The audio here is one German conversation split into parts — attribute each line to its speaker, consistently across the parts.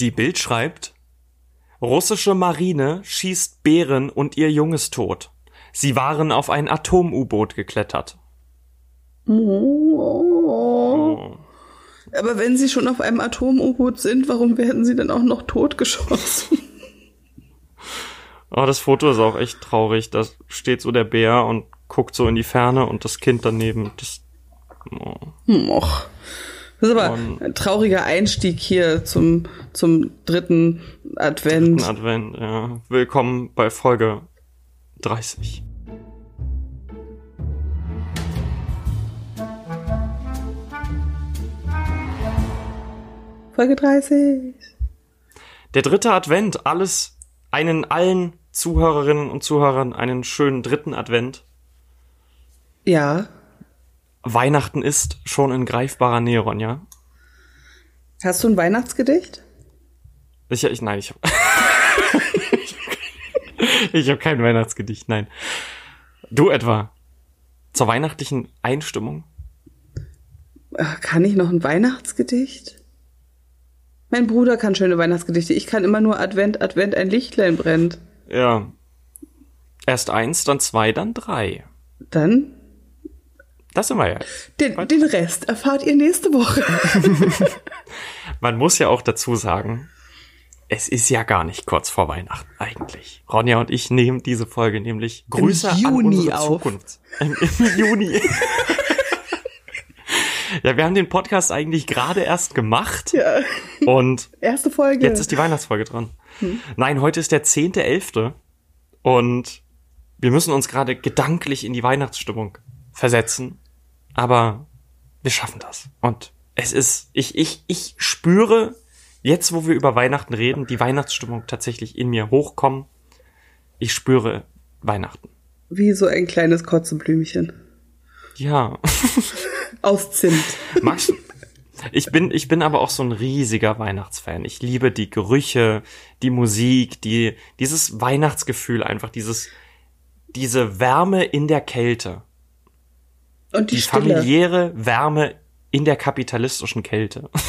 Speaker 1: Die Bild schreibt Russische Marine schießt Bären und ihr Junges tot. Sie waren auf ein Atom-U-Boot geklettert.
Speaker 2: Oh. Aber wenn sie schon auf einem Atom-U-Boot sind, warum werden sie dann auch noch totgeschossen?
Speaker 1: Oh, das Foto ist auch echt traurig. Da steht so der Bär und guckt so in die Ferne und das Kind daneben. Das, oh.
Speaker 2: Hm, Och. Das ist aber ein trauriger Einstieg hier zum, zum dritten Advent.
Speaker 1: Guten Advent, ja. Willkommen bei Folge 30.
Speaker 2: Folge 30.
Speaker 1: Der dritte Advent, alles, einen allen Zuhörerinnen und Zuhörern einen schönen dritten Advent.
Speaker 2: Ja,
Speaker 1: Weihnachten ist schon in greifbarer Nähe, Ronja.
Speaker 2: Hast du ein Weihnachtsgedicht?
Speaker 1: Ich, ich nein, ich habe ich hab kein Weihnachtsgedicht, nein. Du etwa zur weihnachtlichen Einstimmung?
Speaker 2: Äh, Kann ich noch ein Weihnachtsgedicht? Mein Bruder kann schöne Weihnachtsgedichte. Ich kann immer nur Advent, Advent, ein Lichtlein brennt.
Speaker 1: Ja. Erst eins, dann zwei, dann drei.
Speaker 2: Dann
Speaker 1: Das sind wir ja.
Speaker 2: den, den Rest erfahrt ihr nächste Woche.
Speaker 1: Man muss ja auch dazu sagen, es ist ja gar nicht kurz vor Weihnachten eigentlich. Ronja und ich nehmen diese Folge nämlich Grüße an
Speaker 2: Juni
Speaker 1: unsere
Speaker 2: auf.
Speaker 1: Zukunft. Im, im Juni. ja, wir haben den Podcast eigentlich gerade erst gemacht
Speaker 2: ja.
Speaker 1: und
Speaker 2: Erste Folge.
Speaker 1: jetzt ist die Weihnachtsfolge dran. Nein, heute ist der 10.11. und wir müssen uns gerade gedanklich in die Weihnachtsstimmung versetzen, aber wir schaffen das. Und es ist, ich, ich, ich spüre jetzt, wo wir über Weihnachten reden, die Weihnachtsstimmung tatsächlich in mir hochkommen. Ich spüre Weihnachten.
Speaker 2: Wie so ein kleines Kotzeblümchen.
Speaker 1: Ja.
Speaker 2: Aus Zimt.
Speaker 1: Magst du? Ich bin, ich bin aber auch so ein riesiger Weihnachtsfan. Ich liebe die Gerüche, die Musik, die, dieses Weihnachtsgefühl einfach, dieses, diese Wärme in der Kälte.
Speaker 2: Und die,
Speaker 1: Die
Speaker 2: Stille.
Speaker 1: familiäre Wärme in der kapitalistischen Kälte.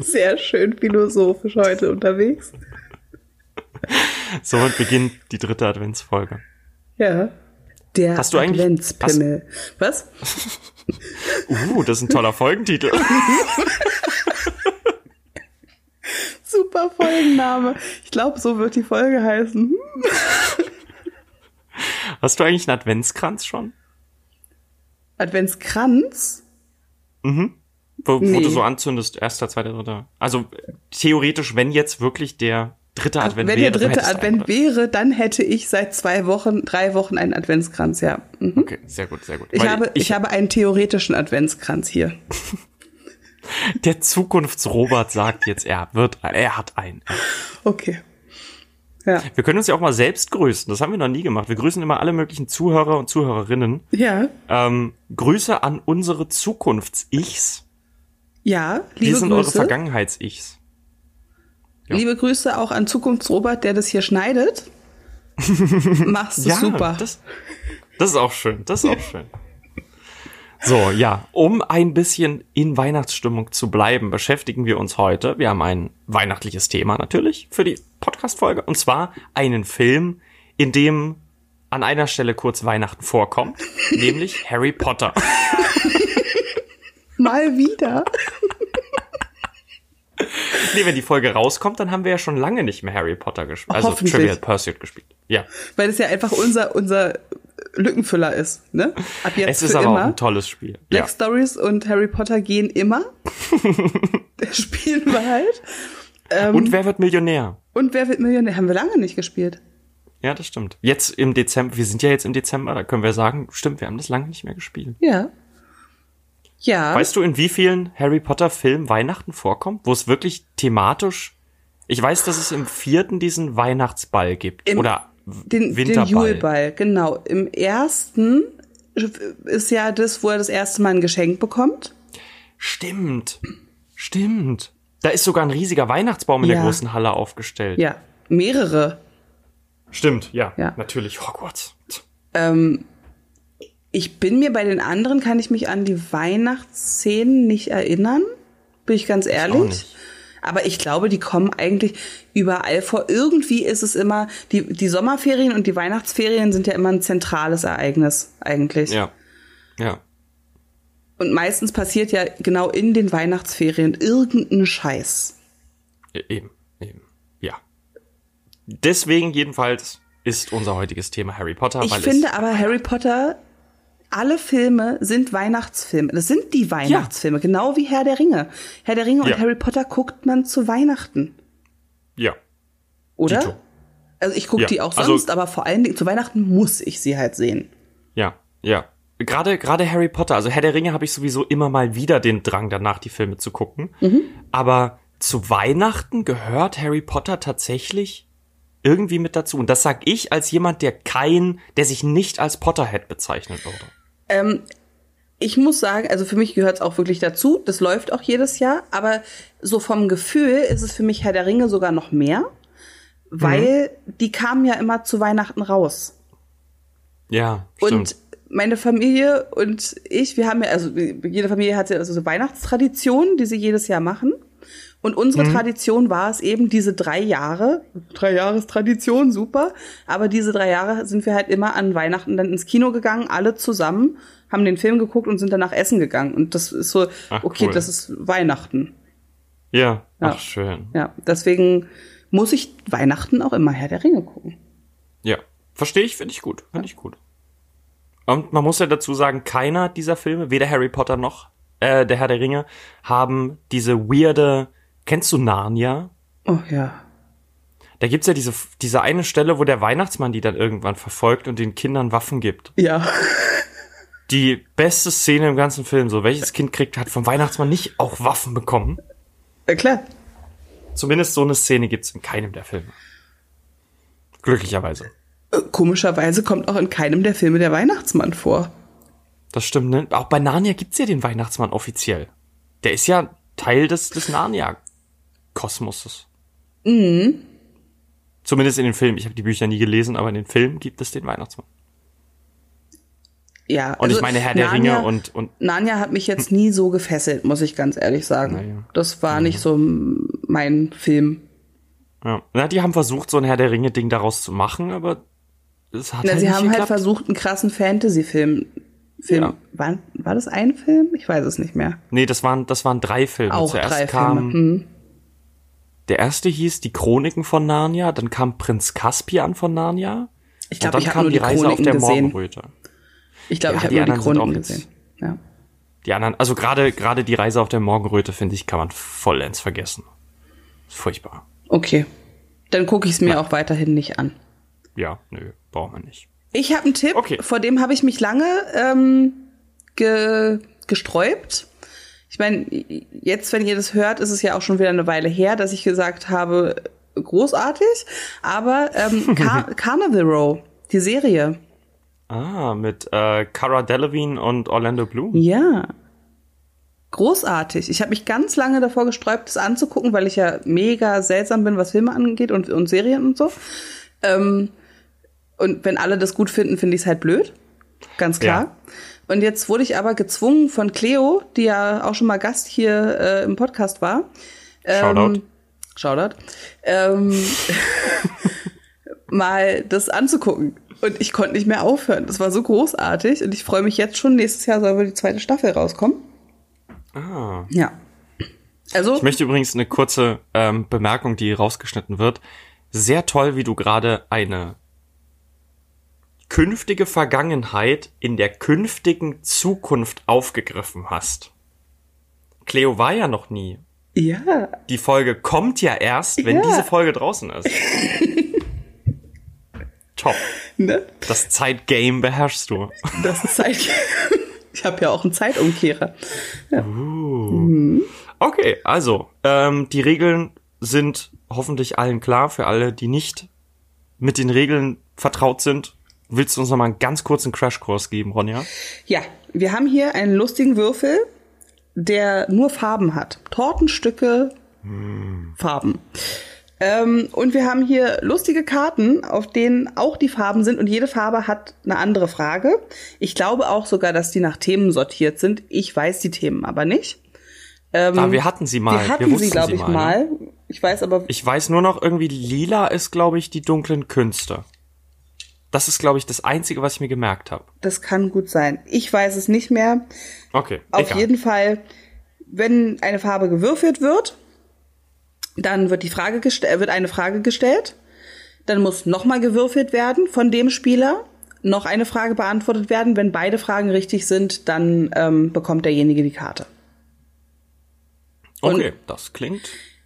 Speaker 2: Sehr schön philosophisch heute unterwegs.
Speaker 1: Somit beginnt die dritte Adventsfolge.
Speaker 2: Ja. Der
Speaker 1: Hast du eigentlich-
Speaker 2: Adventspimmel. Was?
Speaker 1: Uh, das ist ein toller Folgentitel.
Speaker 2: Super Folgenname. Ich glaube, so wird die Folge heißen. Hm.
Speaker 1: Hast du eigentlich einen Adventskranz schon?
Speaker 2: Adventskranz?
Speaker 1: Wo, wo
Speaker 2: Nee.
Speaker 1: du so anzündest, erster, zweiter, dritter. Also theoretisch, wenn jetzt wirklich der dritte Advent
Speaker 2: Wenn
Speaker 1: wäre.
Speaker 2: der
Speaker 1: du
Speaker 2: dritte
Speaker 1: hättest einen,
Speaker 2: Advent
Speaker 1: oder?
Speaker 2: wäre, dann hätte ich seit zwei Wochen, drei Wochen einen Adventskranz, ja. Mhm.
Speaker 1: Okay, sehr gut, sehr gut.
Speaker 2: Ich,
Speaker 1: Weil
Speaker 2: habe, ich, habe einen theoretischen Adventskranz hier.
Speaker 1: Der Zukunftsrobert sagt jetzt, er wird, er hat einen.
Speaker 2: Okay. Ja.
Speaker 1: Wir können uns ja auch mal selbst grüßen. Das haben wir noch nie gemacht. Wir grüßen immer alle möglichen Zuhörer und Zuhörerinnen.
Speaker 2: Ja.
Speaker 1: Ähm, Grüße an unsere Zukunfts-Ichs.
Speaker 2: Ja, liebe
Speaker 1: Wir sind eure
Speaker 2: Grüße.
Speaker 1: Vergangenheits-Ichs. ja.
Speaker 2: Liebe Grüße auch an Zukunftsrobert, der das hier schneidet. Machst du super.
Speaker 1: Das, das ist auch schön. Das ist auch schön. So, ja, um ein bisschen in Weihnachtsstimmung zu bleiben, beschäftigen wir uns heute. Wir haben ein weihnachtliches Thema natürlich für die Podcast-Folge. Und zwar einen Film, in dem an einer Stelle kurz Weihnachten vorkommt, nämlich Harry Potter.
Speaker 2: Mal wieder.
Speaker 1: Nee, wenn die Folge rauskommt, dann haben wir ja schon lange nicht mehr Harry Potter gespielt. Also
Speaker 2: Hoffentlich.
Speaker 1: Trivial Pursuit gespielt. Ja.
Speaker 2: Weil es ja einfach unser, unser Lückenfüller ist, ne? Ab jetzt
Speaker 1: Es ist
Speaker 2: für
Speaker 1: aber auch
Speaker 2: immer.
Speaker 1: ein tolles Spiel.
Speaker 2: Black
Speaker 1: Ja.
Speaker 2: Stories und Harry Potter gehen immer. das spielen wir halt.
Speaker 1: Und wer wird Millionär?
Speaker 2: Und Wer wird Millionär haben wir lange nicht gespielt.
Speaker 1: Ja, das stimmt. Jetzt im Dezember, wir sind ja jetzt im Dezember, da können wir sagen, stimmt, wir haben das lange nicht mehr gespielt.
Speaker 2: Ja. Ja.
Speaker 1: Weißt du, in wie vielen Harry Potter Filmen Weihnachten vorkommt, wo es wirklich thematisch ich weiß, dass es im vierten diesen Weihnachtsball gibt
Speaker 2: Im-
Speaker 1: oder
Speaker 2: den, den
Speaker 1: Winterball.
Speaker 2: Juleball, genau. Im ersten ist ja das, wo er das erste Mal ein Geschenk bekommt.
Speaker 1: Stimmt. Stimmt. Da ist sogar ein riesiger Weihnachtsbaum in
Speaker 2: Ja.
Speaker 1: der großen Halle aufgestellt.
Speaker 2: Ja. Mehrere.
Speaker 1: Stimmt, ja.
Speaker 2: Ja.
Speaker 1: Natürlich Hogwarts.
Speaker 2: Ähm, Ich bin mir bei den anderen, kann ich mich an die Weihnachtsszenen nicht erinnern. Bin ich ganz ehrlich.
Speaker 1: nicht.
Speaker 2: Aber ich glaube, die kommen eigentlich überall vor. Irgendwie ist es immer, die, die Sommerferien und die Weihnachtsferien sind ja immer ein zentrales Ereignis, eigentlich.
Speaker 1: Ja. Ja.
Speaker 2: Und meistens passiert ja genau in den Weihnachtsferien irgendein Scheiß.
Speaker 1: E- Eben, eben. Ja. Deswegen jedenfalls ist unser heutiges Thema Harry Potter,
Speaker 2: Ich
Speaker 1: weil
Speaker 2: finde aber Harry Potter, alle Filme sind Weihnachtsfilme. Das sind die Weihnachtsfilme, genau wie Herr der Ringe. Herr der Ringe
Speaker 1: Ja.
Speaker 2: und Harry Potter guckt man zu Weihnachten,
Speaker 1: es. Ja.
Speaker 2: oder?
Speaker 1: Dito.
Speaker 2: Also ich gucke
Speaker 1: Ja,
Speaker 2: die auch
Speaker 1: also-
Speaker 2: sonst, aber vor allen Dingen zu Weihnachten muss ich sie halt sehen.
Speaker 1: Ja, ja. Gerade, gerade Harry Potter, also Herr der Ringe habe ich sowieso immer mal wieder den Drang danach, die Filme zu gucken.
Speaker 2: Mhm.
Speaker 1: Aber zu Weihnachten gehört Harry Potter tatsächlich irgendwie mit dazu. Und das sag ich als jemand, der kein, der sich nicht als Potterhead bezeichnet würde.
Speaker 2: Ähm, Ich muss sagen, also für mich gehört es auch wirklich dazu. Das läuft auch jedes Jahr, aber so vom Gefühl ist es für mich Herr der Ringe sogar noch mehr,
Speaker 1: Mhm.
Speaker 2: weil die kamen ja immer zu Weihnachten raus.
Speaker 1: Ja,
Speaker 2: Und
Speaker 1: stimmt.
Speaker 2: meine Familie und ich, wir haben ja, also jede Familie hat ja also so Weihnachtstraditionen, die sie jedes Jahr machen. Und unsere
Speaker 1: Mhm.
Speaker 2: Tradition war es eben diese drei Jahre, drei Jahres Tradition, super. Aber diese drei Jahre sind wir halt immer an Weihnachten dann ins Kino gegangen, alle zusammen, haben den Film geguckt und sind danach essen gegangen. Und das ist so,
Speaker 1: Ach,
Speaker 2: okay,
Speaker 1: cool.
Speaker 2: das ist Weihnachten.
Speaker 1: Ja,
Speaker 2: Ja.
Speaker 1: ach schön.
Speaker 2: Ja, deswegen muss ich Weihnachten auch immer Herr der Ringe gucken.
Speaker 1: Ja, verstehe ich, finde ich gut, finde ich gut. Und man muss ja dazu sagen, keiner dieser Filme, weder Harry Potter noch äh, der Herr der Ringe, haben diese weirde, kennst du Narnia?
Speaker 2: Oh ja.
Speaker 1: Da gibt's ja diese, diese eine Stelle, wo der Weihnachtsmann die dann irgendwann verfolgt und den Kindern Waffen gibt.
Speaker 2: Ja.
Speaker 1: Die beste Szene im ganzen Film, so welches Kind kriegt, hat vom Weihnachtsmann nicht auch Waffen bekommen.
Speaker 2: Ja, klar.
Speaker 1: Zumindest so eine Szene gibt's in keinem der Filme. Glücklicherweise.
Speaker 2: Äh, Komischerweise kommt auch in keinem der Filme der Weihnachtsmann vor.
Speaker 1: Das stimmt, ne? Auch bei Narnia gibt's ja den Weihnachtsmann offiziell. Der ist ja Teil des, des Narnia-Kosmoses. Mhm. Zumindest in den Filmen. Ich habe die Bücher nie gelesen, aber in den Filmen gibt es den Weihnachtsmann.
Speaker 2: Ja. also
Speaker 1: Und ich meine Herr der Ringe und, und
Speaker 2: Narnia hat mich jetzt nie so gefesselt, muss ich ganz ehrlich sagen.
Speaker 1: Naja.
Speaker 2: Das war nicht so m- mein Film.
Speaker 1: Ja. Na, die haben versucht, so ein Herr der Ringe-Ding daraus zu machen, aber es hat
Speaker 2: Na,
Speaker 1: halt
Speaker 2: sie
Speaker 1: nicht
Speaker 2: haben halt
Speaker 1: geklappt.
Speaker 2: versucht, einen krassen Fantasy-Film. Film.
Speaker 1: Ja.
Speaker 2: War, war das ein Film? Ich weiß es nicht mehr.
Speaker 1: nee, das waren, das waren drei Filme.
Speaker 2: Auch
Speaker 1: Zuerst
Speaker 2: drei
Speaker 1: kam,
Speaker 2: Filme. Hm.
Speaker 1: Der erste hieß Die Chroniken von Narnia, dann kam Prinz Caspian von Narnia.
Speaker 2: Ich
Speaker 1: und
Speaker 2: glaube,
Speaker 1: dann
Speaker 2: ich habe
Speaker 1: kam
Speaker 2: nur
Speaker 1: die
Speaker 2: die
Speaker 1: Reise auf
Speaker 2: Chroniken
Speaker 1: der
Speaker 2: gesehen.
Speaker 1: Morgenröte.
Speaker 2: Ich glaube,
Speaker 1: Ja,
Speaker 2: ich habe
Speaker 1: die
Speaker 2: nur die
Speaker 1: anderen sind
Speaker 2: Chroniken
Speaker 1: auch jetzt-
Speaker 2: gesehen. Ja.
Speaker 1: Die anderen, also gerade, gerade die Reise auf der Morgenröte, finde ich, kann man vollends vergessen. Ist furchtbar.
Speaker 2: Okay. Dann gucke ich es mir auch weiterhin nicht an.
Speaker 1: Ja, nö, braucht man nicht.
Speaker 2: Ich habe einen Tipp,
Speaker 1: Okay.
Speaker 2: vor dem habe ich mich lange ähm, ge gesträubt. Ich meine, jetzt, wenn ihr das hört, ist es ja auch schon wieder eine Weile her, dass ich gesagt habe, großartig. Aber ähm, Car Carnival Row, die Serie.
Speaker 1: Ah, mit äh, Cara Delevingne und Orlando Bloom.
Speaker 2: Ja. Großartig. Ich habe mich ganz lange davor gesträubt, das anzugucken, weil ich ja mega seltsam bin, was Filme angeht und, und Serien und so. Ähm, und wenn alle das gut finden, finde ich es halt blöd. Ganz klar. Und jetzt wurde ich aber gezwungen von Cleo, die ja auch schon mal Gast hier äh, im Podcast war.
Speaker 1: Shoutout.
Speaker 2: Shoutout. Ähm, mal das anzugucken. Und ich konnte nicht mehr aufhören. Das war so großartig. Und ich freue mich jetzt schon. Nächstes Jahr soll wohl die zweite Staffel rauskommen.
Speaker 1: Ah.
Speaker 2: Ja. Also,
Speaker 1: Ich möchte übrigens eine kurze ähm, Bemerkung, die rausgeschnitten wird. Sehr toll, wie du gerade eine künftige Vergangenheit in der künftigen Zukunft aufgegriffen hast. Cleo war ja noch nie.
Speaker 2: ja.
Speaker 1: Die Folge kommt ja erst, wenn
Speaker 2: Ja.
Speaker 1: diese Folge draußen ist. Top.
Speaker 2: Ne?
Speaker 1: Das Zeitgame beherrschst du.
Speaker 2: Das ist Zeit. ich habe ja auch einen Zeitumkehrer.
Speaker 1: Okay, also, ähm, die Regeln sind hoffentlich allen klar. Für alle, die nicht mit den Regeln vertraut sind, willst du uns nochmal einen ganz kurzen Crashkurs geben, Ronja?
Speaker 2: Ja, wir haben hier einen lustigen Würfel, der nur Farben hat. Tortenstücke, Farben. Ähm, und wir haben hier lustige Karten, auf denen auch die Farben sind und jede Farbe hat eine andere Frage. Ich glaube auch sogar, dass die nach Themen sortiert sind. Ich weiß die Themen aber nicht. Ähm,
Speaker 1: Ah, wir hatten sie mal.
Speaker 2: Wir hatten
Speaker 1: wir
Speaker 2: sie,
Speaker 1: wussten
Speaker 2: glaube ich, mal.
Speaker 1: ne?
Speaker 2: Ich weiß aber,
Speaker 1: Ich weiß nur noch, irgendwie lila ist, glaube ich, die dunklen Künste. Das ist, glaube ich, das Einzige, was ich mir gemerkt habe.
Speaker 2: das kann gut sein. Ich weiß es nicht mehr.
Speaker 1: Okay,
Speaker 2: Auf
Speaker 1: egal.
Speaker 2: jeden Fall, wenn eine Farbe gewürfelt wird, dann wird, die Frage geste- äh, wird eine Frage gestellt. Dann muss nochmal gewürfelt werden von dem Spieler. Noch eine Frage beantwortet werden. Wenn beide Fragen richtig sind, dann ähm, bekommt derjenige die Karte.
Speaker 1: okay, das klingt.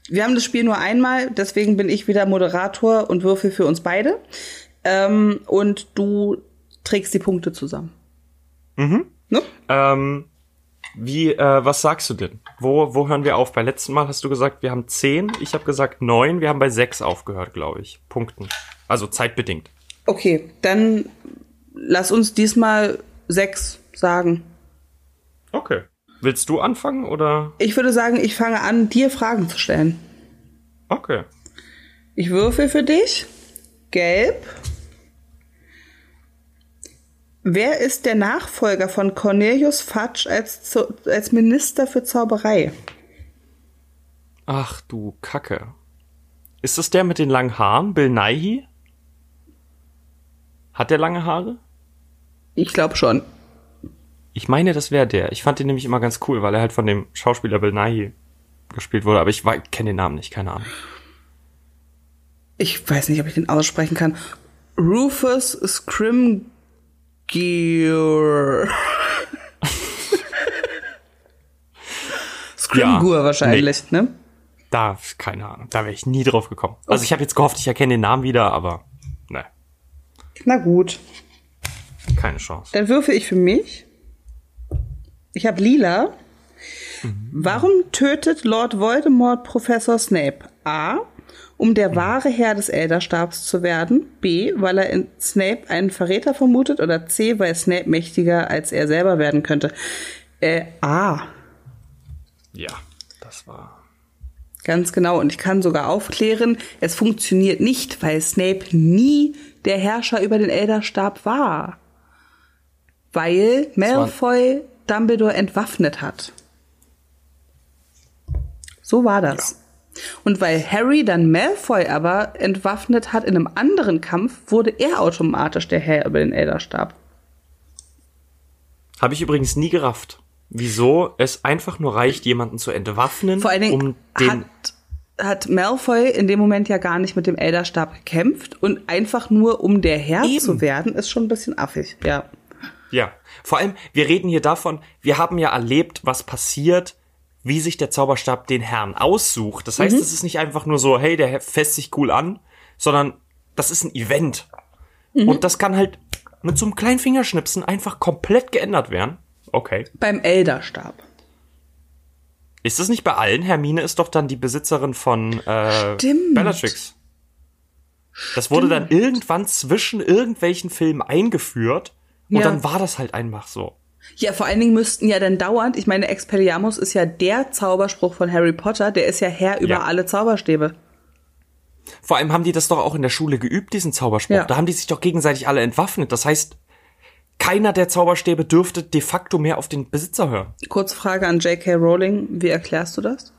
Speaker 2: Wir haben das Spiel nur einmal, deswegen bin ich wieder Moderator und würfel für uns beide. Ähm, und du trägst die Punkte zusammen. Mhm. Ne?
Speaker 1: Ähm, wie, äh, was sagst du denn? Wo, wo hören wir auf? Bei letzten Mal hast du gesagt, wir haben zehn, ich habe gesagt neun, wir haben bei sechs aufgehört, glaube ich. Punkten. Also zeitbedingt.
Speaker 2: Okay, dann lass uns diesmal sechs sagen.
Speaker 1: Okay. Willst du anfangen oder?
Speaker 2: Ich würde sagen, ich fange an, dir Fragen zu stellen.
Speaker 1: Okay.
Speaker 2: Ich würfel für dich. Gelb. Wer ist der Nachfolger von Cornelius Fatsch als, Zo- als Minister für Zauberei?
Speaker 1: Ach du Kacke. Ist das der mit den langen Haaren, Bill Nighy? Hat der lange Haare?
Speaker 2: Ich glaube schon.
Speaker 1: Ich meine, das wäre der. Ich fand den nämlich immer ganz cool, weil er halt von dem Schauspieler Bill Nighy gespielt wurde, aber ich kenne den Namen nicht, keine Ahnung.
Speaker 2: Ich weiß nicht, ob ich den aussprechen kann. Rufus Scrimgeour. Scrimgeour
Speaker 1: Ja,
Speaker 2: wahrscheinlich, ne?
Speaker 1: Da, keine Ahnung, da wäre ich nie drauf gekommen. Also ich habe jetzt gehofft, ich erkenne den Namen wieder, aber ne,
Speaker 2: Na gut.
Speaker 1: keine Chance.
Speaker 2: Dann würfe ich für mich. Ich habe lila. Warum tötet Lord Voldemort Professor Snape? A. Um der wahre Herr des Elderstabs zu werden. B. Weil er in Snape einen Verräter vermutet. Oder C. Weil Snape mächtiger als er selber werden könnte. Äh, A.
Speaker 1: Ja, das war.
Speaker 2: Ganz genau. Und ich kann sogar aufklären, es funktioniert nicht, weil Snape nie der Herrscher über den Elderstab war. Weil Malfoy Dumbledore entwaffnet hat. So war das. Und weil Harry dann Malfoy aber entwaffnet hat in einem anderen Kampf, wurde er automatisch der Herr über den Elderstab.
Speaker 1: Habe ich übrigens nie gerafft, wieso es einfach nur reicht, jemanden zu entwaffnen,
Speaker 2: Vor allen Dingen
Speaker 1: um den
Speaker 2: hat, hat Malfoy in dem Moment ja gar nicht mit dem Elderstab gekämpft und einfach nur um der Herr
Speaker 1: Eben.
Speaker 2: zu werden, ist schon ein bisschen affig. Ja.
Speaker 1: Ja, vor allem, wir reden hier davon, wir haben ja erlebt, was passiert, wie sich der Zauberstab den Herrn aussucht. Das
Speaker 2: Mhm.
Speaker 1: heißt, es ist nicht einfach nur so, hey, der Herr fässt sich cool an, sondern das ist ein Event.
Speaker 2: Mhm.
Speaker 1: Und das kann halt mit so einem kleinen Fingerschnipsen einfach komplett geändert werden. Okay.
Speaker 2: Beim Elderstab.
Speaker 1: Ist das nicht bei allen? Hermine ist doch dann die Besitzerin von äh,
Speaker 2: Stimmt.
Speaker 1: Bellatrix. Das wurde dann irgendwann zwischen irgendwelchen Filmen eingeführt. Und
Speaker 2: Ja.
Speaker 1: dann war das halt einfach so.
Speaker 2: Ja, vor allen Dingen müssten ja dann dauernd, ich meine, Expelliarmus ist ja der Zauberspruch von Harry Potter, der ist ja Herr über
Speaker 1: Ja.
Speaker 2: alle Zauberstäbe.
Speaker 1: Vor allem haben die das doch auch in der Schule geübt, diesen Zauberspruch.
Speaker 2: Ja.
Speaker 1: Da haben die sich doch gegenseitig alle entwaffnet. Das heißt, keiner der Zauberstäbe dürfte de facto mehr auf den Besitzer hören.
Speaker 2: Kurze Frage an J.K. Rowling, wie erklärst du das?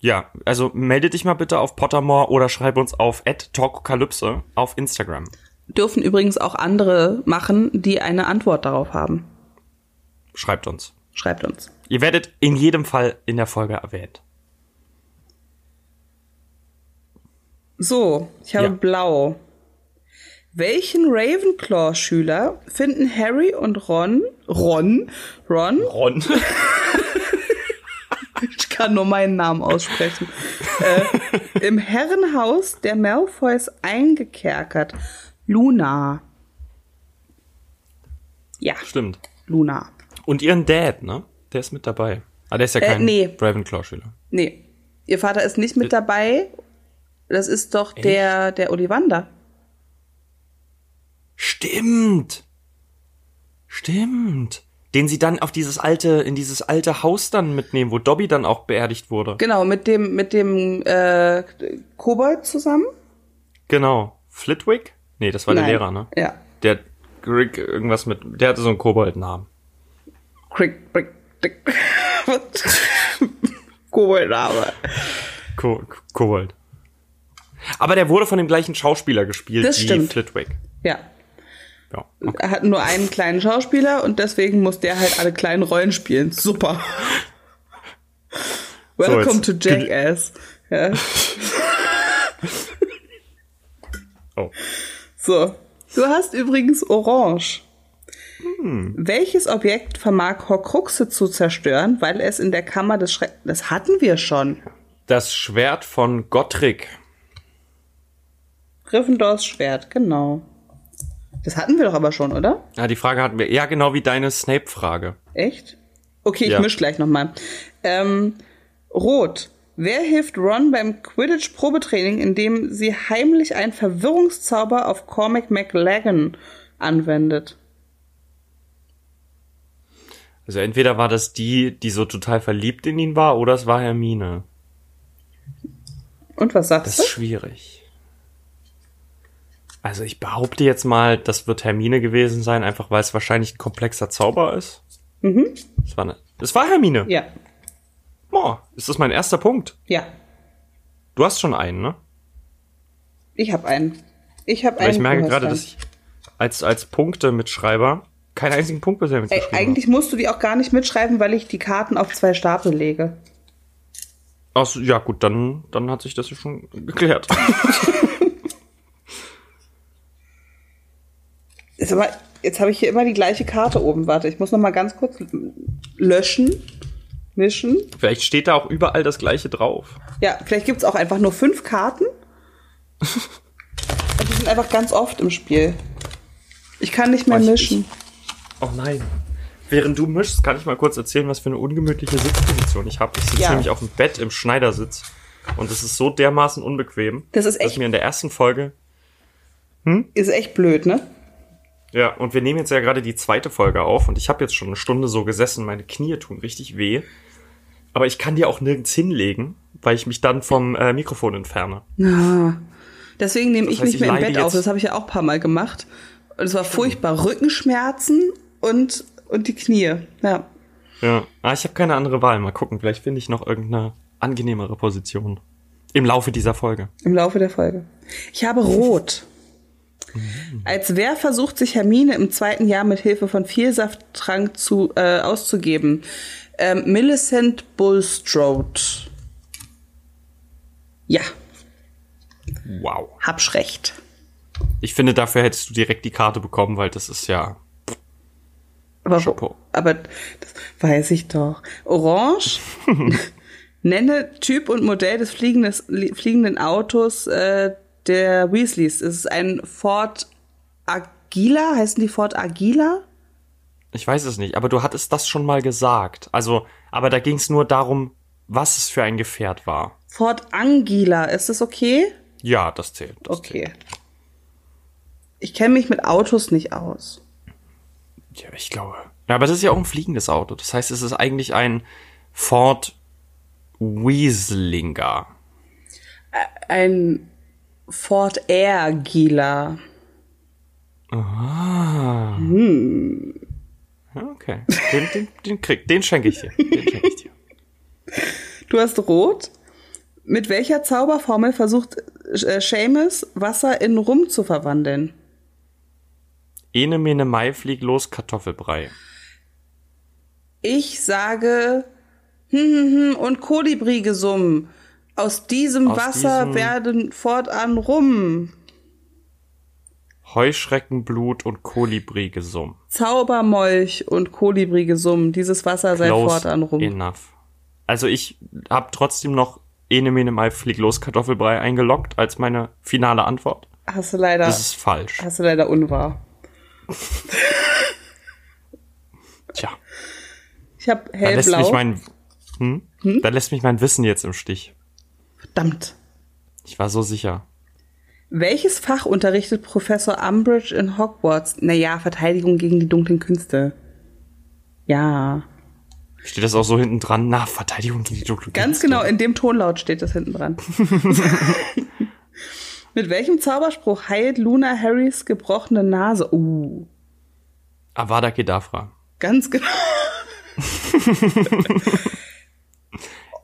Speaker 1: Ja, also melde dich mal bitte auf Pottermore oder schreib uns auf @talkokalypse auf Instagram.
Speaker 2: Dürfen übrigens auch andere machen, die eine Antwort darauf haben.
Speaker 1: Schreibt uns.
Speaker 2: Schreibt uns.
Speaker 1: Ihr werdet in jedem Fall in der Folge erwähnt.
Speaker 2: So, ich habe
Speaker 1: Ja.
Speaker 2: blau. Welchen Ravenclaw-Schüler finden Harry und Ron? Ron? Ron?
Speaker 1: Ron.
Speaker 2: Ich kann nur meinen Namen aussprechen. äh, Im Herrenhaus der Malfoys eingekerkert. Luna. Ja,
Speaker 1: Stimmt.
Speaker 2: Luna.
Speaker 1: Und ihren Dad, ne? Der ist mit dabei. Ah, der ist ja
Speaker 2: Äh,
Speaker 1: kein
Speaker 2: nee.
Speaker 1: Ravenclaw-Schüler.
Speaker 2: Nee, ihr Vater ist nicht
Speaker 1: Äh.
Speaker 2: mit dabei. Das ist doch der, der Ollivander.
Speaker 1: Stimmt. Stimmt. Den sie dann auf dieses alte, in dieses alte Haus dann mitnehmen, wo Dobby dann auch beerdigt wurde.
Speaker 2: Genau, mit dem, mit dem äh, Kobold zusammen.
Speaker 1: Genau. Flitwick? Nee, das war
Speaker 2: Nein.
Speaker 1: der Lehrer, ne?
Speaker 2: Ja.
Speaker 1: Der Greg irgendwas mit. Der hatte so einen Koboldnamen.
Speaker 2: Crick, brick, dick. Was? Koboldname.
Speaker 1: Ko Ko- Kobold. Aber der wurde von dem gleichen Schauspieler gespielt
Speaker 2: Das
Speaker 1: wie
Speaker 2: stimmt.
Speaker 1: Flitwick.
Speaker 2: Ja.
Speaker 1: Ja.
Speaker 2: Er hat nur einen kleinen Schauspieler und deswegen muss der halt alle kleinen Rollen spielen. Super. Welcome
Speaker 1: jetzt
Speaker 2: to Jackass. Ja.
Speaker 1: Oh.
Speaker 2: So. Du hast übrigens Orange. Welches Objekt vermag Horcruxe zu zerstören, weil es in der Kammer des Schreckens... Das hatten wir schon.
Speaker 1: Das Schwert von Gottrick.
Speaker 2: Gryffindors Schwert, genau. Das hatten wir doch aber schon, oder?
Speaker 1: Ja, die Frage hatten wir. Ja, genau wie deine Snape-Frage.
Speaker 2: Echt? Okay, ich
Speaker 1: Ja.
Speaker 2: misch gleich nochmal. Ähm, Rot. Wer hilft Ron beim Quidditch-Probetraining, indem sie heimlich einen Verwirrungszauber auf Cormac McLagan anwendet?
Speaker 1: Also entweder war das die, die so total verliebt in ihn war, oder es war Hermine.
Speaker 2: Und was sagst
Speaker 1: Das ist schwierig. Also ich behaupte jetzt mal, das wird Hermine gewesen sein, einfach weil es wahrscheinlich ein komplexer Zauber ist. Mhm. Das war, eine, das war Hermine.
Speaker 2: du? Ja,
Speaker 1: Boah, ist das mein erster Punkt?
Speaker 2: ja.
Speaker 1: Du hast schon einen, ne?
Speaker 2: Ich habe einen. Ich habe
Speaker 1: Weil
Speaker 2: einen.
Speaker 1: ich merke
Speaker 2: du hast
Speaker 1: gerade,
Speaker 2: einen.
Speaker 1: dass ich als, als Punkte-Mitschreiber keinen einzigen Punkt bisher
Speaker 2: Ey,
Speaker 1: mitgeschrieben habe.
Speaker 2: eigentlich musst du die auch gar nicht mitschreiben, weil ich die Karten auf zwei Stapel lege.
Speaker 1: Ach so, ja gut, dann, dann hat sich das ja schon geklärt.
Speaker 2: Ist aber, jetzt habe ich hier immer die gleiche Karte oben. Warte, ich muss noch mal ganz kurz löschen, mischen.
Speaker 1: Vielleicht steht da auch überall das gleiche drauf.
Speaker 2: Ja, vielleicht gibt's auch einfach nur fünf Karten. Und die sind einfach ganz oft im Spiel. Ich kann nicht mehr
Speaker 1: Weiß ich
Speaker 2: mischen.
Speaker 1: Oh nein. Während du mischst, kann ich mal kurz erzählen, was für eine ungemütliche Sitzposition ich habe. Ich sitze
Speaker 2: Ja.
Speaker 1: nämlich auf dem Bett im Schneidersitz und es ist so dermaßen unbequem,
Speaker 2: Das ist
Speaker 1: dass
Speaker 2: echt-
Speaker 1: mir in der ersten Folge,
Speaker 2: Ist echt blöd, ne?
Speaker 1: ja, und wir nehmen jetzt ja gerade die zweite Folge auf und ich habe jetzt schon eine Stunde so gesessen, meine Knie tun richtig weh, aber ich kann die auch nirgends hinlegen, weil ich mich dann vom äh, Mikrofon entferne.
Speaker 2: Na. Deswegen nehme ich
Speaker 1: heißt,
Speaker 2: nicht
Speaker 1: ich
Speaker 2: mehr im
Speaker 1: leide
Speaker 2: Bett auf.
Speaker 1: jetzt-
Speaker 2: Das habe ich ja auch ein paar Mal gemacht. Und es war furchtbar. Rückenschmerzen und, und die Knie. Ja.
Speaker 1: Ja, ah, ich habe keine andere Wahl. Mal gucken, vielleicht finde ich noch irgendeine angenehmere Position im Laufe dieser Folge.
Speaker 2: Im Laufe der Folge. Ich habe Rot. Als wer versucht sich Hermine im zweiten Jahr mit Hilfe von Vielsafttrank zu, äh, auszugeben? Ähm, Millicent Bulstrode. Ja,
Speaker 1: Wow.
Speaker 2: hab's recht.
Speaker 1: Ich finde, dafür hättest du direkt die Karte bekommen, weil das ist ja
Speaker 2: Aber,
Speaker 1: Chapeau.
Speaker 2: aber das weiß ich doch. Orange. Nenne Typ und Modell des fliegendes, li- fliegenden Autos äh, der Weasleys. Es ist ein Ford Agila. Heißen die Ford Agila?
Speaker 1: Ich weiß es nicht, aber du hattest das schon mal gesagt. Also, aber da ging es nur darum, was es für ein Gefährt war.
Speaker 2: Fort Angela, ist das okay?
Speaker 1: Ja, das zählt. Das
Speaker 2: Okay. Ich kenne mich mit Autos nicht aus.
Speaker 1: Zählt. Ja, ich glaube. Ja, aber es ist ja auch ein fliegendes Auto. Das heißt, es ist eigentlich ein Ford Weaslinger.
Speaker 2: Ein Ford Air Gila.
Speaker 1: Ja, Okay. Den, den, den, krieg, den schenke ich dir. Den schenke ich dir.
Speaker 2: Du hast rot. Mit welcher Zauberformel versucht äh, Seamus, Wasser in Rum zu verwandeln?
Speaker 1: Ene mene Mai flieg los Kartoffelbrei.
Speaker 2: Ich sage hm, hm, hm, und Kolibri gesummen. Aus diesem
Speaker 1: Aus
Speaker 2: Wasser
Speaker 1: diesem-
Speaker 2: werden fortan Rum.
Speaker 1: Heuschreckenblut und Kolibri gesumm.
Speaker 2: Zaubermolch und Kolibri gesummen. Dieses Wasser sei fortan Rum.
Speaker 1: enough. Also ich habe trotzdem noch Ene mene Mai flieg los Kartoffelbrei eingeloggt als meine finale Antwort.
Speaker 2: Hast du leider.
Speaker 1: Das ist falsch.
Speaker 2: Hast du leider unwahr.
Speaker 1: Tja,
Speaker 2: Ich habe
Speaker 1: da lässt
Speaker 2: hellblau.
Speaker 1: mich mein hm? da lässt mich mein Wissen jetzt im Stich.
Speaker 2: Verdammt.
Speaker 1: Ich war so sicher.
Speaker 2: Welches Fach unterrichtet Professor Umbridge in Hogwarts? Naja, Verteidigung gegen die dunklen Künste. Ja.
Speaker 1: Steht das auch so hinten dran? Na, Verteidigung gegen die Dunkle
Speaker 2: Ganz genau, in dem Tonlaut steht das hinten dran. Mit welchem Zauberspruch heilt Luna Harrys gebrochene Nase? Uh, genau.
Speaker 1: Avada Kedavra.
Speaker 2: ganz genau.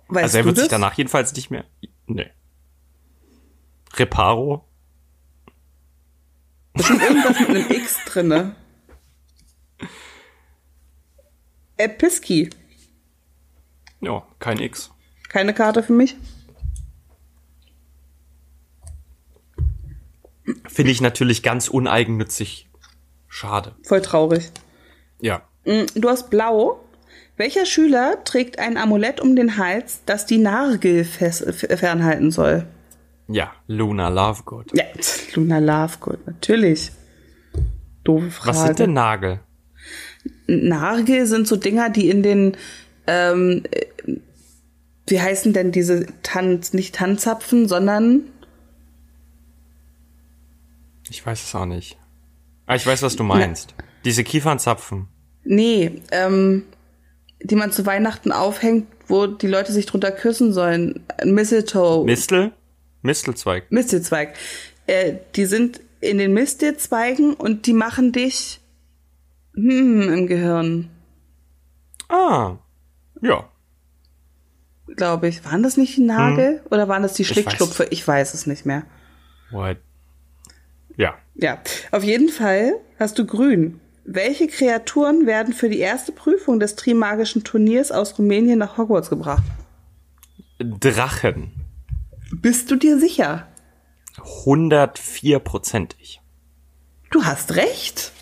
Speaker 2: Weißt
Speaker 1: also er
Speaker 2: du
Speaker 1: wird
Speaker 2: das?
Speaker 1: sich danach jedenfalls nicht mehr. Nee. Reparo?
Speaker 2: Bestimmt irgendwas mit einem X ne? drinne. Äh, Episki.
Speaker 1: Ja, kein X.
Speaker 2: Keine Karte für mich.
Speaker 1: Finde ich natürlich ganz uneigennützig. Schade.
Speaker 2: Voll traurig.
Speaker 1: Ja.
Speaker 2: Mm, Du hast blau. Welcher Schüler trägt ein Amulett um den Hals, das die Nargel fes- f- fernhalten soll?
Speaker 1: Ja, Luna Lovegood.
Speaker 2: Ja, Luna Lovegood, natürlich. Doofe Frage.
Speaker 1: Was sind denn Nagel?
Speaker 2: Nargel sind so Dinger, die in den, ähm, äh, wie heißen denn diese Tanz, nicht Tanzzapfen, sondern
Speaker 1: Ich weiß es auch nicht. Ah, ich weiß, was du meinst. Diese Kiefernzapfen.
Speaker 2: Nee, ähm, die man zu Weihnachten aufhängt, wo die Leute sich drunter küssen sollen. Mistletoe.
Speaker 1: Mistel? Mistelzweig.
Speaker 2: Mistelzweig. Äh, die sind in den Mistelzweigen und die machen dich hm im Gehirn,
Speaker 1: Ah. Ja.
Speaker 2: glaube ich. Waren das nicht die Nagel oder waren das die
Speaker 1: weiß.
Speaker 2: Schlickschlupfe? Hm. Ich weiß es nicht mehr.
Speaker 1: What? Ja.
Speaker 2: Ja, auf jeden Fall hast du grün. Welche Kreaturen werden für die erste Prüfung des Trimagischen Turniers aus Rumänien nach Hogwarts gebracht?
Speaker 1: Drachen.
Speaker 2: Bist du dir sicher?
Speaker 1: 104-prozentig.
Speaker 2: Du hast recht.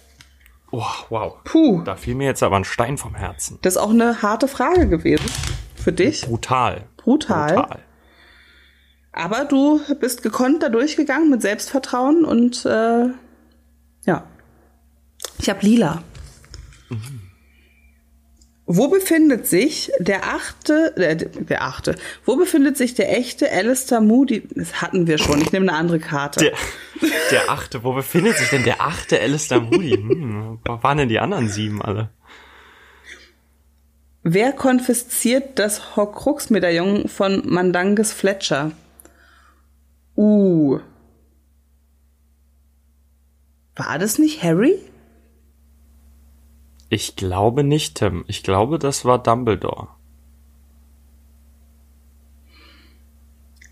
Speaker 1: Oh, wow.
Speaker 2: Puh.
Speaker 1: Da fiel mir jetzt aber ein Stein vom Herzen.
Speaker 2: Das ist auch eine harte Frage gewesen für dich.
Speaker 1: Brutal.
Speaker 2: Brutal. Aber du bist gekonnt da durchgegangen mit Selbstvertrauen und äh, ja. Ich habe lila. Wo befindet sich der achte, äh, der achte, wo befindet sich der echte Alistair Moody? Das hatten wir schon, ich nehme eine andere Karte.
Speaker 1: Der, der achte. Wo befindet sich denn der achte Alistair Moody? Hm, wo waren denn die anderen sieben alle?
Speaker 2: Wer konfisziert das Horcrux-Medaillon von Mandanges Fletcher? Uh. War das nicht Harry?
Speaker 1: Ich glaube nicht, Tim. Ich glaube, das war Dumbledore.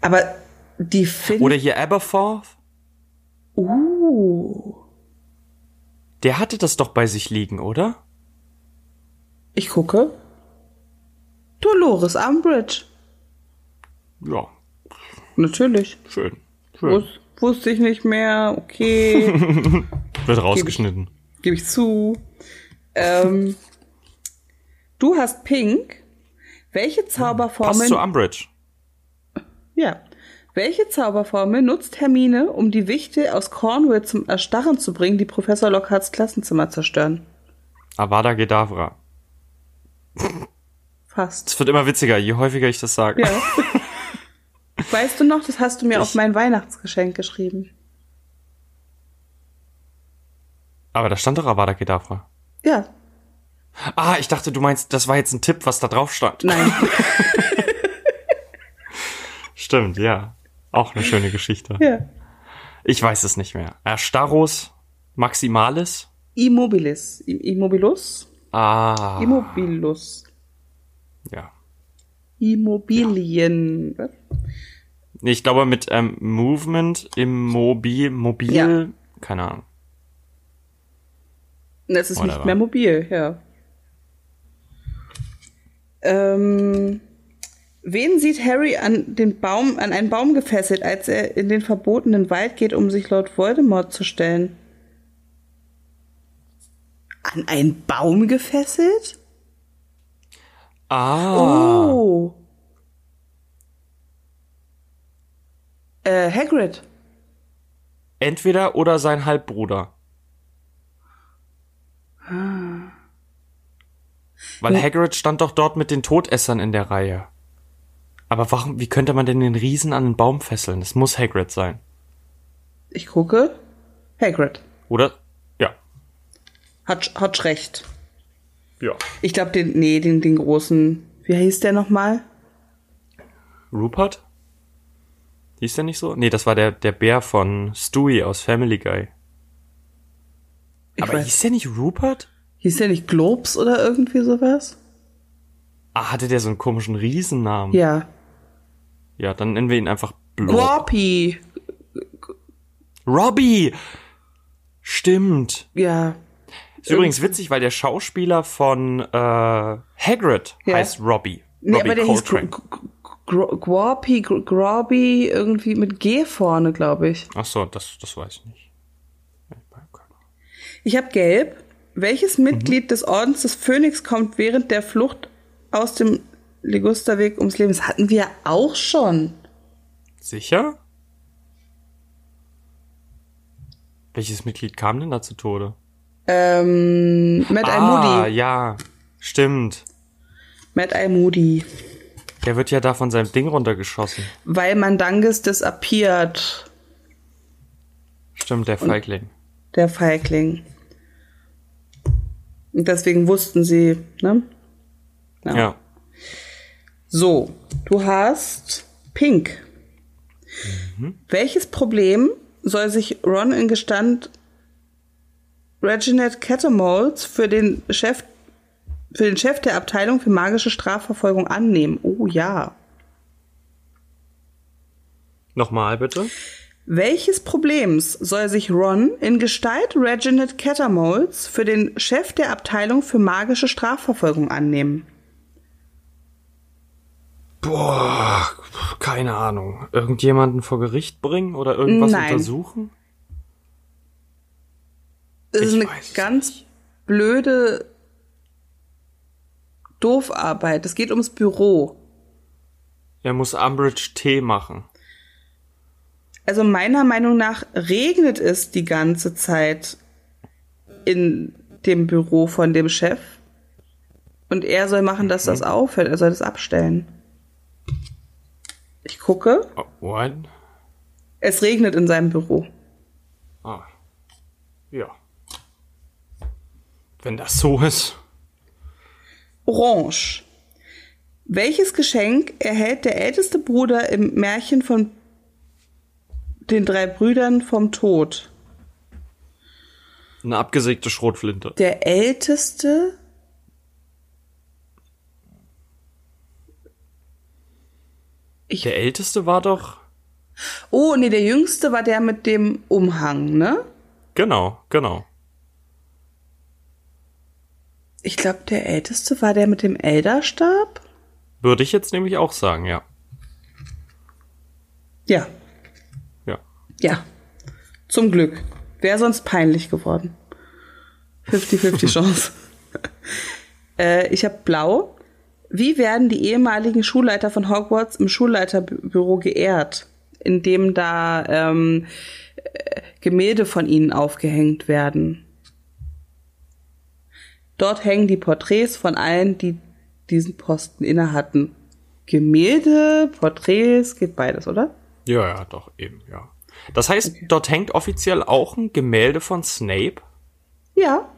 Speaker 2: Aber die Finn...
Speaker 1: Oder hier Aberforth?
Speaker 2: uh.
Speaker 1: Der hatte das doch bei sich liegen, oder?
Speaker 2: Ich gucke. Dolores Umbridge.
Speaker 1: Ja,
Speaker 2: Natürlich.
Speaker 1: schön.
Speaker 2: Wus wusste ich nicht mehr. Okay.
Speaker 1: Wird rausgeschnitten.
Speaker 2: Gebe ich zu. Ähm, du hast Pink. Welche
Speaker 1: Hm, Passt zu
Speaker 2: Zauberformel...
Speaker 1: Umbridge.
Speaker 2: Ja. Welche Zauberformel nutzt Hermine, um die Wichte aus Cornwall zum Erstarren zu bringen, die Professor Lockharts Klassenzimmer zerstören?
Speaker 1: Avada Kedavra.
Speaker 2: Fast.
Speaker 1: Es wird immer witziger, je häufiger ich das sage.
Speaker 2: Ja. weißt du noch, das hast du mir auf mein Weihnachtsgeschenk geschrieben.
Speaker 1: Aber da stand doch Avada Kedavra.
Speaker 2: Ja.
Speaker 1: Ah, ich dachte, du meinst, das war jetzt ein Tipp, was da drauf stand.
Speaker 2: Nein.
Speaker 1: Stimmt, ja. Auch eine schöne Geschichte.
Speaker 2: ja.
Speaker 1: Ich weiß es nicht mehr. Erstarros Maximalis?
Speaker 2: Immobilis. I- Immobilus?
Speaker 1: Ah,
Speaker 2: Immobilus.
Speaker 1: ja.
Speaker 2: Immobilien.
Speaker 1: Nee, Ich glaube mit ähm, Movement im Mobil, Mobil,
Speaker 2: Ja.
Speaker 1: keine Ahnung.
Speaker 2: Das ist
Speaker 1: Wunderbar.
Speaker 2: nicht mehr mobil, ja. Ähm, wen sieht Harry an den Baum, an einen Baum gefesselt, als er in den verbotenen Wald geht, um sich Lord Voldemort zu stellen? An einen Baum gefesselt?
Speaker 1: Ah,
Speaker 2: Oh. Äh, Hagrid.
Speaker 1: entweder oder sein Halbbruder. Weil Hagrid stand doch dort mit den Todessern in der Reihe. Aber warum, wie könnte man denn den Riesen an den Baum fesseln? Das muss Hagrid sein.
Speaker 2: Ich gucke. Hagrid.
Speaker 1: Oder? Ja.
Speaker 2: Hat, hat recht.
Speaker 1: Ja.
Speaker 2: Ich glaube, den, nee, den, den großen, wie hieß der nochmal?
Speaker 1: Rupert? Hieß der nicht so? Nee, das war der, der Bär von Stewie aus Family Guy.
Speaker 2: Ich
Speaker 1: Aber
Speaker 2: weiß,
Speaker 1: hieß der nicht Rupert?
Speaker 2: hieß der nicht Globes oder irgendwie sowas?
Speaker 1: Ah, hatte der so einen komischen Riesennamen?
Speaker 2: Ja.
Speaker 1: Ja, dann nennen wir ihn einfach Blob.
Speaker 2: Warpy.
Speaker 1: Robbie! Stimmt.
Speaker 2: Ja.
Speaker 1: Ist übrigens witzig, weil der Schauspieler von äh, Hagrid
Speaker 2: Ja.
Speaker 1: heißt Robbie.
Speaker 2: Nee,
Speaker 1: Robbie
Speaker 2: aber der hieß
Speaker 1: Coltrane.
Speaker 2: Gwarpy, Gwarby, irgendwie mit G vorne, glaube ich.
Speaker 1: Ach so, das, das weiß ich nicht.
Speaker 2: Ich habe gelb. Welches Mitglied
Speaker 1: Mhm.
Speaker 2: des Ordens des Phönix kommt während der Flucht aus dem Ligusterweg ums Leben? Das hatten wir auch schon.
Speaker 1: Sicher? Welches Mitglied kam denn da zu Tode?
Speaker 2: Ähm, Matt Eye
Speaker 1: ah,
Speaker 2: Moody.
Speaker 1: ja, stimmt.
Speaker 2: Matt Eye Moody.
Speaker 1: Der wird ja da von seinem Ding runtergeschossen.
Speaker 2: Weil Mandanges disappeared,
Speaker 1: Stimmt, der Feigling.
Speaker 2: der Feigling. Und deswegen wussten sie, ne?
Speaker 1: Ja.
Speaker 2: So, du hast Pink. Welches Problem soll sich Ron in Gestand Reginald Catamolds für den Chef für den Chef der Abteilung für magische Strafverfolgung annehmen? Oh ja.
Speaker 1: Nochmal bitte.
Speaker 2: Welches Problems soll sich Ron in Gestalt Reginald Catamolds für den Chef der Abteilung für magische Strafverfolgung annehmen?
Speaker 1: Boah, keine Ahnung. Irgendjemanden vor Gericht bringen oder irgendwas
Speaker 2: Nein.
Speaker 1: untersuchen?
Speaker 2: Das ist
Speaker 1: Ich
Speaker 2: eine
Speaker 1: weiß es
Speaker 2: ganz blöde Doofarbeit. Es geht ums Büro.
Speaker 1: Er muss Umbridge Tee machen.
Speaker 2: Also meiner Meinung nach regnet es die ganze Zeit in dem Büro von dem Chef. Und er soll machen, dass
Speaker 1: Mhm.
Speaker 2: das aufhört. Er soll das abstellen. Ich gucke.
Speaker 1: Oh, what?
Speaker 2: Es regnet in seinem Büro.
Speaker 1: Ah. Ja. Wenn das so ist.
Speaker 2: Orange. Welches Geschenk erhält der älteste Bruder im Märchen von den drei Brüdern vom Tod?
Speaker 1: Eine abgesägte Schrotflinte.
Speaker 2: Der älteste?
Speaker 1: Der älteste war doch.
Speaker 2: Oh, nee, der jüngste war der mit dem Umhang, ne?
Speaker 1: Genau, genau.
Speaker 2: Ich glaube, der älteste war der mit dem Elderstab?
Speaker 1: Würde ich jetzt nämlich auch sagen, ja.
Speaker 2: Ja,
Speaker 1: Ja.
Speaker 2: ja. Zum Glück. Wäre sonst peinlich geworden. 50-50 Chance. äh, ich habe blau. Wie werden die ehemaligen Schulleiter von Hogwarts im Schulleiterbüro geehrt, indem da ähm, äh, Gemälde von ihnen aufgehängt werden? Dort hängen die Porträts von allen, die diesen Posten inne hatten. Gemälde, Porträts, geht beides, oder?
Speaker 1: Ja, ja, doch, eben, ja. Das heißt, dort hängt offiziell auch ein Gemälde von Snape.
Speaker 2: Ja,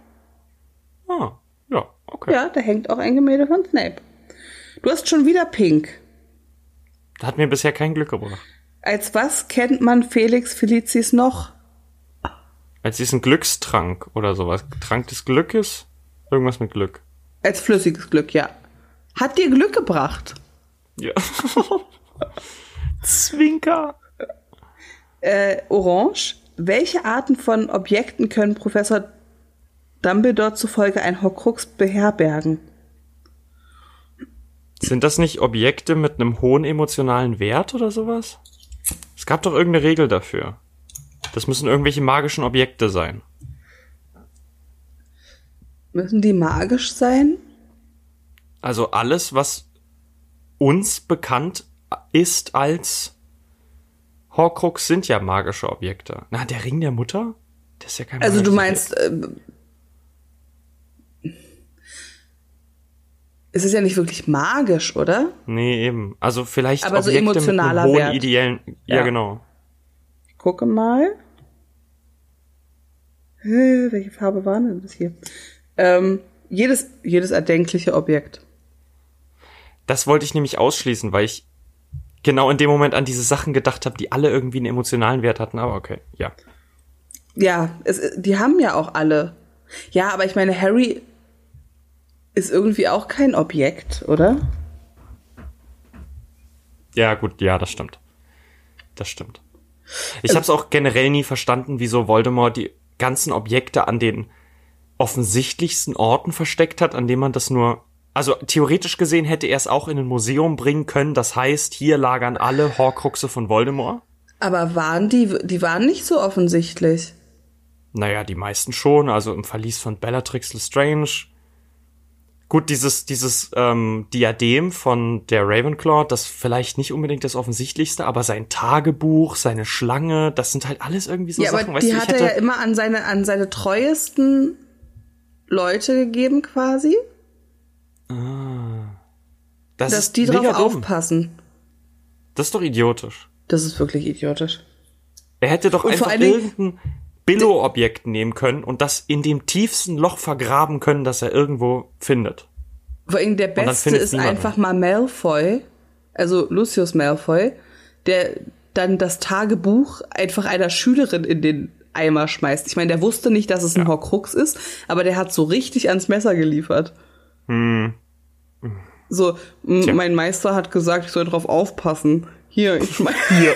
Speaker 1: Ah, ja, okay.
Speaker 2: Ja, da hängt auch ein Gemälde von Snape. Du hast schon wieder Pink.
Speaker 1: Das hat mir bisher kein Glück gebracht.
Speaker 2: Als was kennt man Felix Felicis noch?
Speaker 1: Als diesen Glückstrank oder sowas. Trank des Glückes? Irgendwas mit Glück.
Speaker 2: Als flüssiges Glück, ja. Hat dir Glück gebracht.
Speaker 1: Ja. Zwinker.
Speaker 2: Äh, Orange. Welche Arten von Objekten können Professor Dumbledore zufolge ein Horcrux beherbergen?
Speaker 1: Sind das nicht Objekte mit einem hohen emotionalen Wert oder sowas? Es gab doch irgendeine Regel dafür. Das müssen irgendwelche magischen Objekte sein.
Speaker 2: Müssen die magisch sein?
Speaker 1: Also alles, was uns bekannt ist als Horcrux, sind ja magische Objekte. Na, der Ring der Mutter? Das ist ja kein
Speaker 2: Also du
Speaker 1: magisches
Speaker 2: meinst, ähm, es ist ja nicht wirklich magisch, oder?
Speaker 1: Objekt. Nee, eben. Also vielleicht
Speaker 2: Aber so
Speaker 1: Objekte mit
Speaker 2: emotionaler
Speaker 1: einem
Speaker 2: Wert.
Speaker 1: hohen ideellen... Ja,
Speaker 2: Ja.
Speaker 1: genau.
Speaker 2: Ich gucke mal. Äh, Welche Farbe war denn das hier? Ähm, jedes, jedes erdenkliche Objekt.
Speaker 1: Das wollte ich nämlich ausschließen, weil ich genau in dem Moment an diese Sachen gedacht habe, die alle irgendwie einen emotionalen Wert hatten. Aber okay, ja.
Speaker 2: Ja, es, die haben ja auch alle. Ja, aber ich meine, Harry ist irgendwie auch kein Objekt, oder?
Speaker 1: Ja, gut, ja, das stimmt. Das stimmt. Ich
Speaker 2: Also
Speaker 1: habe es auch generell nie verstanden, wieso Voldemort die ganzen Objekte an den offensichtlichsten Orten versteckt hat, an denen man das nur. Also theoretisch gesehen hätte er es auch in ein Museum bringen können. Das heißt, hier lagern alle Horcruxe von Voldemort.
Speaker 2: Aber waren die, die waren nicht so offensichtlich.
Speaker 1: Naja, die meisten schon. Also im Verlies von Bellatrix Lestrange. Gut, dieses, dieses ähm, Diadem von der Ravenclaw, das vielleicht nicht unbedingt das Offensichtlichste, aber sein Tagebuch, seine Schlange, das sind halt alles irgendwie so
Speaker 2: ja,
Speaker 1: Sachen.
Speaker 2: aber
Speaker 1: weißt
Speaker 2: die
Speaker 1: du, ich
Speaker 2: hat er ja immer an seine, an seine treuesten Leute gegeben quasi,
Speaker 1: das
Speaker 2: dass
Speaker 1: ist
Speaker 2: die drauf
Speaker 1: mega dumm.
Speaker 2: aufpassen.
Speaker 1: Das ist doch idiotisch.
Speaker 2: Das ist wirklich idiotisch.
Speaker 1: Er hätte doch
Speaker 2: vor
Speaker 1: einfach
Speaker 2: allen Dingen-
Speaker 1: irgendein Billo-Objekt nehmen können und das in dem tiefsten Loch vergraben können, das er irgendwo findet.
Speaker 2: Vor allem der
Speaker 1: dann
Speaker 2: Beste
Speaker 1: findet's
Speaker 2: ist
Speaker 1: niemand
Speaker 2: einfach mal Malfoy, also Lucius Malfoy, der dann das Tagebuch einfach einer Schülerin in den Eimer schmeißt. Ich meine, der wusste nicht, dass es ein Horcrux ist, aber der hat so richtig ans Messer geliefert. So, m-
Speaker 1: Hm. Tja.
Speaker 2: mein Meister hat gesagt, ich soll drauf aufpassen. Hier, ich schmeiß.
Speaker 1: Hier.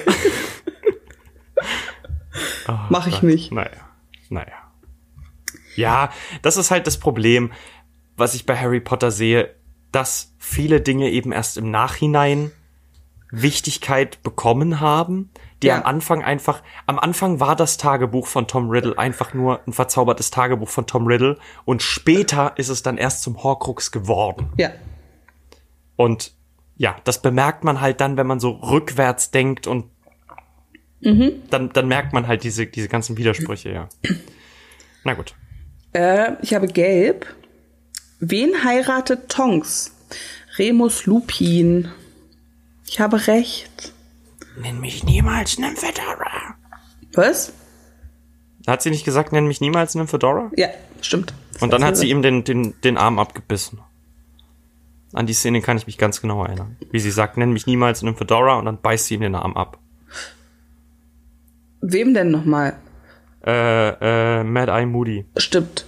Speaker 2: Mach ich nicht.
Speaker 1: Naja, naja. Ja, das ist halt das Problem, was ich bei Harry Potter sehe, dass viele Dinge eben erst im Nachhinein Wichtigkeit bekommen haben, die
Speaker 2: Ja.
Speaker 1: am Anfang einfach, am Anfang war das Tagebuch von Tom Riddle einfach nur ein verzaubertes Tagebuch von Tom Riddle und später ist es dann erst zum Horcrux geworden.
Speaker 2: Ja,
Speaker 1: Und ja, das bemerkt man halt dann, wenn man so rückwärts denkt und dann, dann merkt man halt diese, diese ganzen Widersprüche, ja. Na gut.
Speaker 2: Äh, ich habe gelb. Wen heiratet Tonks? Remus Lupin. Ich habe recht.
Speaker 1: Nenn mich niemals Nymphedora.
Speaker 2: Was?
Speaker 1: Hat sie nicht gesagt, nenn mich niemals Nymphedora?
Speaker 2: Ja, stimmt.
Speaker 1: Und dann hat sie ihm den, den, den Arm abgebissen. An die Szene kann ich mich ganz genau erinnern. Wie sie sagt, nenn mich niemals Nymphedora und dann beißt sie ihm den Arm ab.
Speaker 2: Also, Wem denn nochmal?
Speaker 1: Äh, äh, Mad Eye Moody.
Speaker 2: Stimmt.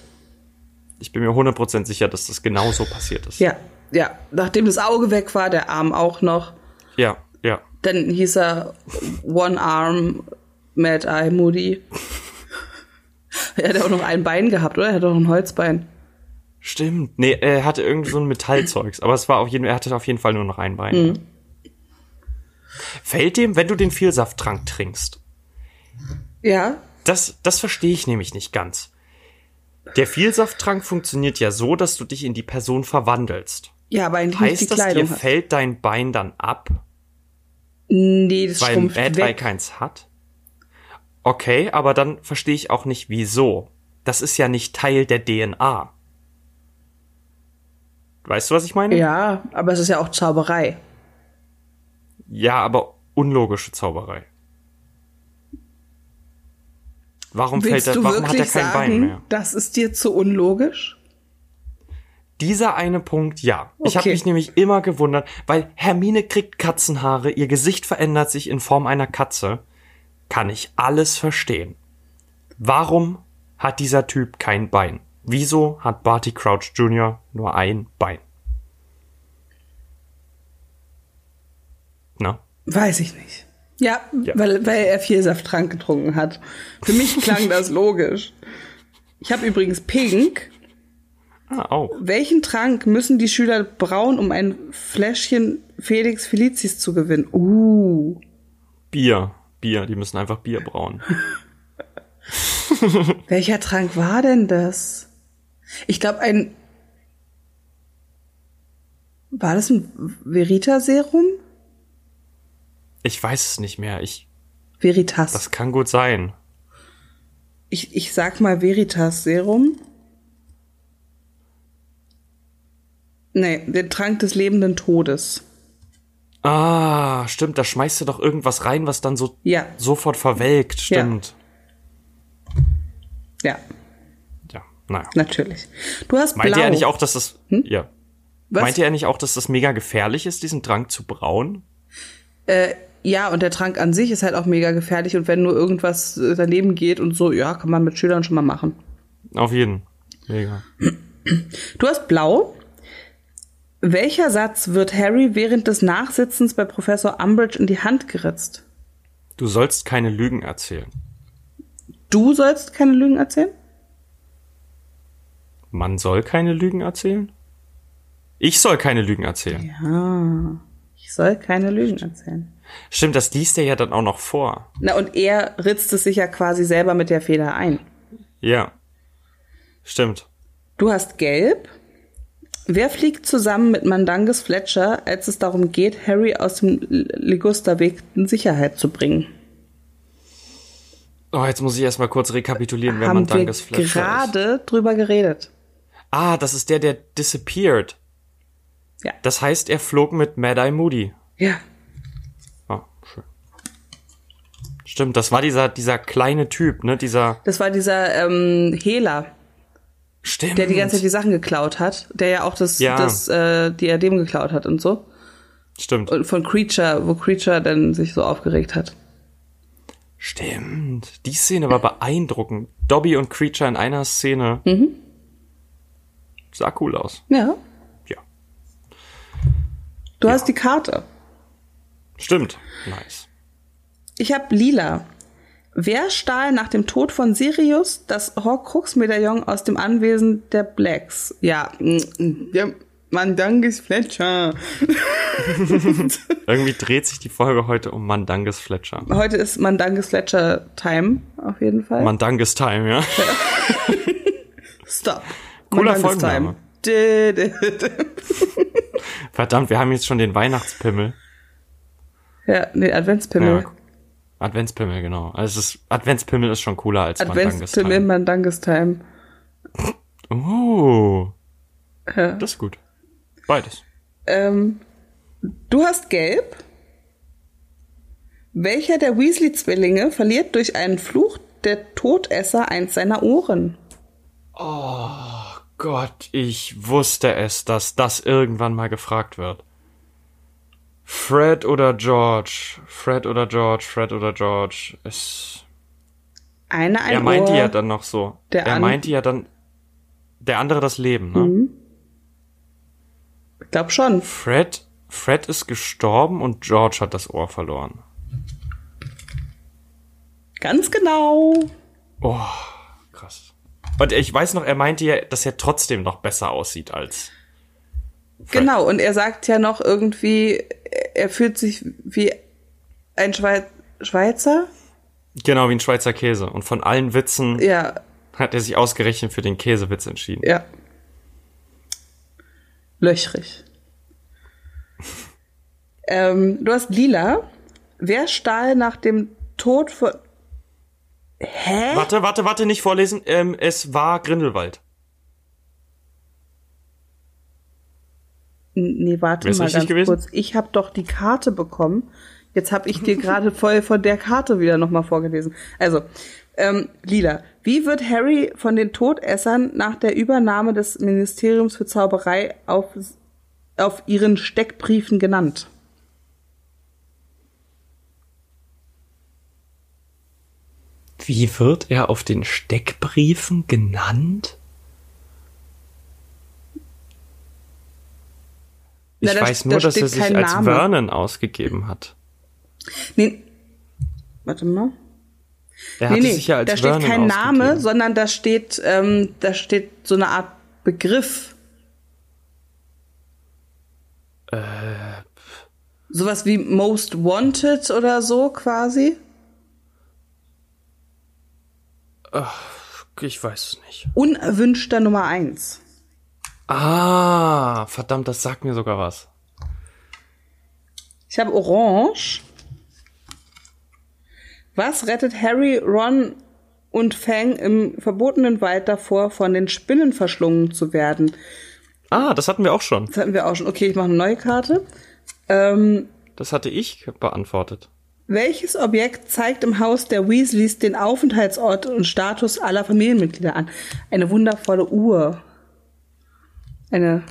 Speaker 1: Ich bin mir 100% sicher, dass das genau so passiert ist.
Speaker 2: Ja, ja. Nachdem das Auge weg war, der Arm auch noch,
Speaker 1: Ja, ja.
Speaker 2: dann hieß er One Arm Mad Eye Moody. er hat auch noch ein Bein gehabt, oder? Er hat auch ein Holzbein.
Speaker 1: Stimmt. Nee, er hatte irgendwie so ein Metallzeugs, aber es war auf jeden er hatte auf jeden Fall nur noch ein Bein. ja.
Speaker 2: Mhm.
Speaker 1: Fällt dem, wenn du den Vielsafttrank trinkst?
Speaker 2: Ja,
Speaker 1: Das, das verstehe ich nämlich nicht ganz. Der Vielsafttrank funktioniert ja so, dass du dich in die Person verwandelst.
Speaker 2: ja, aber eigentlich nicht
Speaker 1: Heißt
Speaker 2: die
Speaker 1: das, dir
Speaker 2: Kleidung. hat.
Speaker 1: fällt dein Bein dann ab,
Speaker 2: Nee, das
Speaker 1: weil
Speaker 2: schrumpft
Speaker 1: Mad Eye
Speaker 2: weg.
Speaker 1: keins hat? Okay, aber dann verstehe ich auch nicht, wieso. Das ist ja nicht Teil der DNA. Weißt du, was ich meine?
Speaker 2: Ja, aber es ist ja auch Zauberei.
Speaker 1: Ja, aber unlogische Zauberei. Warum
Speaker 2: Willst
Speaker 1: fällt er,
Speaker 2: du
Speaker 1: warum hat er
Speaker 2: wirklich
Speaker 1: kein Bein
Speaker 2: sagen,
Speaker 1: mehr?
Speaker 2: das ist dir zu unlogisch?
Speaker 1: Dieser eine Punkt, ja. Ich habe
Speaker 2: Okay.
Speaker 1: mich nämlich immer gewundert, weil Hermine kriegt Katzenhaare, ihr Gesicht verändert sich in Form einer Katze. Kann ich alles verstehen. Warum hat dieser Typ kein Bein? Wieso hat Barty Crouch Jr. nur ein Bein? Na?
Speaker 2: Weiß ich nicht. Ja,
Speaker 1: Ja.
Speaker 2: Weil, weil er viel Safttrank getrunken hat. Für mich klang das logisch. Ich habe übrigens Pink.
Speaker 1: Ah, auch.
Speaker 2: Welchen Trank müssen die Schüler brauen, um ein Fläschchen Felix Felicis zu gewinnen? Uh,
Speaker 1: Bier. Bier, die müssen einfach Bier brauen.
Speaker 2: welcher Trank war denn das? Ich glaube, ein. War das ein Verita-Serum?
Speaker 1: Ich weiß es nicht mehr. Ich,
Speaker 2: Veritas.
Speaker 1: das kann gut sein.
Speaker 2: ich, ich sag mal Veritas-Serum. Nee, der Trank des lebenden Todes.
Speaker 1: Ah, stimmt, da schmeißt du doch irgendwas rein, was dann so
Speaker 2: Ja.
Speaker 1: sofort verwelkt.
Speaker 2: Ja.
Speaker 1: Stimmt.
Speaker 2: Ja,
Speaker 1: Ja, naja.
Speaker 2: natürlich. Du hast
Speaker 1: Meint
Speaker 2: blau.
Speaker 1: ihr nicht auch, dass das. Ja.
Speaker 2: Hm? Was?
Speaker 1: Meint ihr nicht auch, dass das mega gefährlich ist, diesen Drang zu brauen?
Speaker 2: äh, ja, und der Trank an sich ist halt auch mega gefährlich. Und wenn nur irgendwas äh, daneben geht und so, ja, kann man mit Schülern schon mal machen.
Speaker 1: Auf jeden. Mega.
Speaker 2: Du hast blau. Welcher Satz wird Harry während des Nachsitzens bei Professor Umbridge in die Hand geritzt?
Speaker 1: Du sollst keine Lügen erzählen.
Speaker 2: Du sollst keine Lügen erzählen?
Speaker 1: Man soll keine Lügen erzählen? Ich soll keine Lügen erzählen.
Speaker 2: Ja, ich soll keine Lügen erzählen.
Speaker 1: Stimmt, das liest er ja dann auch noch vor.
Speaker 2: Na, und er ritzt es sich ja quasi selber mit der Feder ein.
Speaker 1: Ja. Stimmt.
Speaker 2: Du hast gelb. Wer fliegt zusammen mit Mandanges Fletcher, als es darum geht, Harry aus dem Ligusterweg in Sicherheit zu bringen?
Speaker 1: Oh, jetzt muss ich erstmal kurz rekapitulieren, wer
Speaker 2: Haben wir
Speaker 1: Mandanges Fletcher ist.
Speaker 2: gerade drüber geredet.
Speaker 1: Ah, das ist der, der disappeared.
Speaker 2: Ja.
Speaker 1: Das heißt, er flog mit Mad Eye Moody.
Speaker 2: Ja.
Speaker 1: Ah, schön. Stimmt, das war dieser, dieser kleine Typ, ne? Dieser.
Speaker 2: Das war dieser ähm, Hehler,
Speaker 1: Stimmt.
Speaker 2: der die ganze Zeit die Sachen geklaut hat, der ja auch das,
Speaker 1: Ja.
Speaker 2: das äh, Diadem geklaut hat und so.
Speaker 1: Stimmt.
Speaker 2: Und von Creature, wo Creature dann sich so aufgeregt hat.
Speaker 1: Stimmt. Die Szene war beeindruckend. Dobby und Creature in einer Szene. Mhm. Sah cool aus.
Speaker 2: Ja.
Speaker 1: Ja.
Speaker 2: Du hast die Karte.
Speaker 1: Stimmt. Nice.
Speaker 2: Ich habe lila. Wer stahl nach dem Tod von Sirius das Horcrux-Medaillon aus dem Anwesen der Blacks? Ja, mm, mm, ja Mandanges Fletcher.
Speaker 1: Irgendwie dreht sich die Folge heute um Mandanges Fletcher.
Speaker 2: Heute ist Mandanges Fletcher-Time, auf jeden Fall.
Speaker 1: Mandanges Time, ja?
Speaker 2: Stop.
Speaker 1: Cooler
Speaker 2: Mandanges
Speaker 1: Folgenname.
Speaker 2: Time. Dä, dä, dä.
Speaker 1: Verdammt, wir haben jetzt schon den Weihnachtspimmel.
Speaker 2: Ja, nee, Adventspimmel.
Speaker 1: Ja. Adventspimmel, genau. Also es ist, Adventspimmel ist schon cooler als Mandanges
Speaker 2: Adventspimmel,
Speaker 1: Time.
Speaker 2: Mandanges Time.
Speaker 1: Oh.
Speaker 2: Ja.
Speaker 1: Das ist gut. Beides.
Speaker 2: Ähm, du hast gelb. Welcher der Weasley-Zwillinge verliert durch einen Fluch der Todesser eins seiner Ohren?
Speaker 1: Gott, ich wusste es, dass das irgendwann mal gefragt wird. Fred oder George? Fred oder George? Fred oder George? Es,
Speaker 2: Eine ein
Speaker 1: er meinte
Speaker 2: Ohr.
Speaker 1: ja dann noch so.
Speaker 2: der
Speaker 1: er
Speaker 2: an- Mhm.
Speaker 1: meinte ja dann. Der andere das Leben, ne?
Speaker 2: ich glaube schon.
Speaker 1: Fred, Fred ist gestorben und George hat das Ohr verloren.
Speaker 2: Ganz genau.
Speaker 1: Oh, krass. Und ich weiß noch, er meinte ja, dass er trotzdem noch besser aussieht als.
Speaker 2: Genau. Und er sagt ja noch irgendwie, er fühlt sich wie ein Schweiz Schweizer.
Speaker 1: Genau, wie ein Schweizer Käse. Und von allen Witzen
Speaker 2: Ja,
Speaker 1: hat er sich ausgerechnet für den Käsewitz entschieden.
Speaker 2: ja. Löchrig. Ähm, du hast lila. Wer stahl nach dem Tod von. Hä?
Speaker 1: Warte, warte, warte, nicht vorlesen. Ähm, es war Grindelwald.
Speaker 2: N- Nee, warte
Speaker 1: Wär's
Speaker 2: mal
Speaker 1: richtig
Speaker 2: ganz
Speaker 1: gewesen?
Speaker 2: kurz. Ich habe doch die Karte bekommen. Jetzt habe ich dir gerade voll von der Karte wieder nochmal vorgelesen. Also, ähm, Lila, wie wird Harry von den Todessern nach der Übernahme des Ministeriums für Zauberei auf, auf ihren Steckbriefen genannt?
Speaker 1: Wie wird er auf den Steckbriefen genannt? Ich
Speaker 2: Na, da-
Speaker 1: weiß
Speaker 2: da
Speaker 1: nur, dass
Speaker 2: steht
Speaker 1: er sich
Speaker 2: kein
Speaker 1: als
Speaker 2: Name.
Speaker 1: Vernon ausgegeben hat.
Speaker 2: Nee, warte mal.
Speaker 1: Er
Speaker 2: Nee,
Speaker 1: hatte
Speaker 2: nee,
Speaker 1: sich ja als
Speaker 2: da steht
Speaker 1: Vernon
Speaker 2: kein
Speaker 1: ausgegeben.
Speaker 2: Name, sondern da steht, ähm, da steht so eine Art Begriff.
Speaker 1: Äh,
Speaker 2: Sowas wie Most Wanted oder so quasi.
Speaker 1: Ich weiß es nicht.
Speaker 2: Unerwünschter Nummer eins.
Speaker 1: Ah, verdammt, das sagt mir sogar was.
Speaker 2: Ich habe Orange. Was rettet Harry, Ron und Fang im verbotenen Wald davor, von den Spinnen verschlungen zu werden?
Speaker 1: Ah, das hatten wir auch schon.
Speaker 2: Das hatten wir auch schon. Okay, ich mache eine neue Karte. Ähm,
Speaker 1: Das hatte ich beantwortet.
Speaker 2: Welches Objekt zeigt im Haus der Weasleys den Aufenthaltsort und Status aller Familienmitglieder an? Eine wundervolle Uhr. Eine,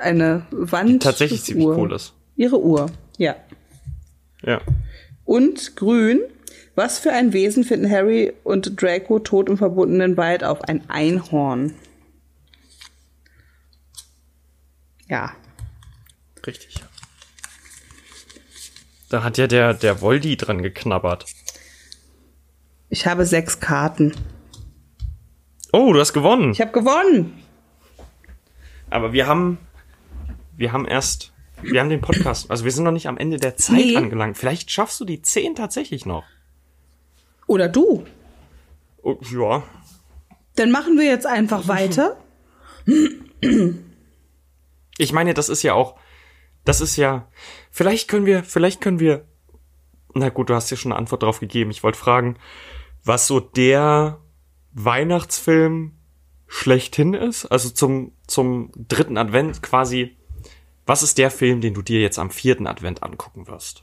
Speaker 2: eine Wand.
Speaker 1: Tatsächlich ziemlich cool ist.
Speaker 2: Ihre Uhr, ja.
Speaker 1: Ja.
Speaker 2: Und grün. Was für ein Wesen finden Harry und Draco tot im verbotenen Wald auf? Ein Einhorn. Ja.
Speaker 1: Richtig. Da hat ja der, der Voldi dran geknabbert.
Speaker 2: Ich habe sechs Karten.
Speaker 1: Oh, du hast gewonnen.
Speaker 2: Ich habe gewonnen.
Speaker 1: Aber wir haben, wir haben erst, wir haben den Podcast, also wir sind noch nicht am Ende der Zeit
Speaker 2: Nee.
Speaker 1: angelangt. Vielleicht schaffst du die 10 tatsächlich noch.
Speaker 2: Oder du.
Speaker 1: Oh, ja.
Speaker 2: Dann machen wir jetzt einfach weiter.
Speaker 1: Ich meine, das ist ja auch, das ist ja, vielleicht können wir, vielleicht können wir, na gut, du hast ja schon eine Antwort drauf gegeben. Ich wollte fragen, was so der Weihnachtsfilm schlechthin ist, also zum, zum dritten Advent quasi, was ist der Film, den du dir jetzt am vierten Advent angucken wirst?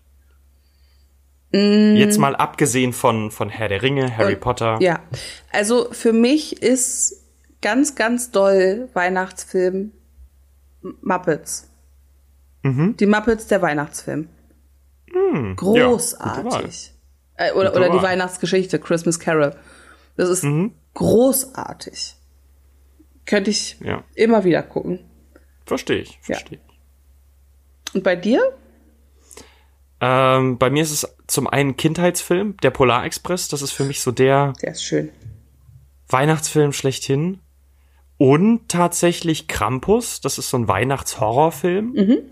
Speaker 1: Jetzt mal abgesehen von, von Herr der Ringe, Harry Potter.
Speaker 2: Ja. Also für mich ist ganz, ganz doll Weihnachtsfilm M- Muppets.
Speaker 1: Mhm.
Speaker 2: Die Muppets der Weihnachtsfilm. Großartig. äh, oder
Speaker 1: Gute
Speaker 2: oder
Speaker 1: Hm,
Speaker 2: die
Speaker 1: Wahl. Mhm.
Speaker 2: Weihnachtsgeschichte, Christmas Carol. Das ist großartig. Könnte ich
Speaker 1: Ja.
Speaker 2: immer wieder gucken.
Speaker 1: Verstehe ich, verstehe ich.
Speaker 2: Und bei dir?
Speaker 1: Ähm, bei mir ist es zum einen Kindheitsfilm, der Polarexpress, das ist für mich so der
Speaker 2: Der ist schön.
Speaker 1: Weihnachtsfilm schlechthin. Und tatsächlich Krampus, das ist so ein Weihnachtshorrorfilm,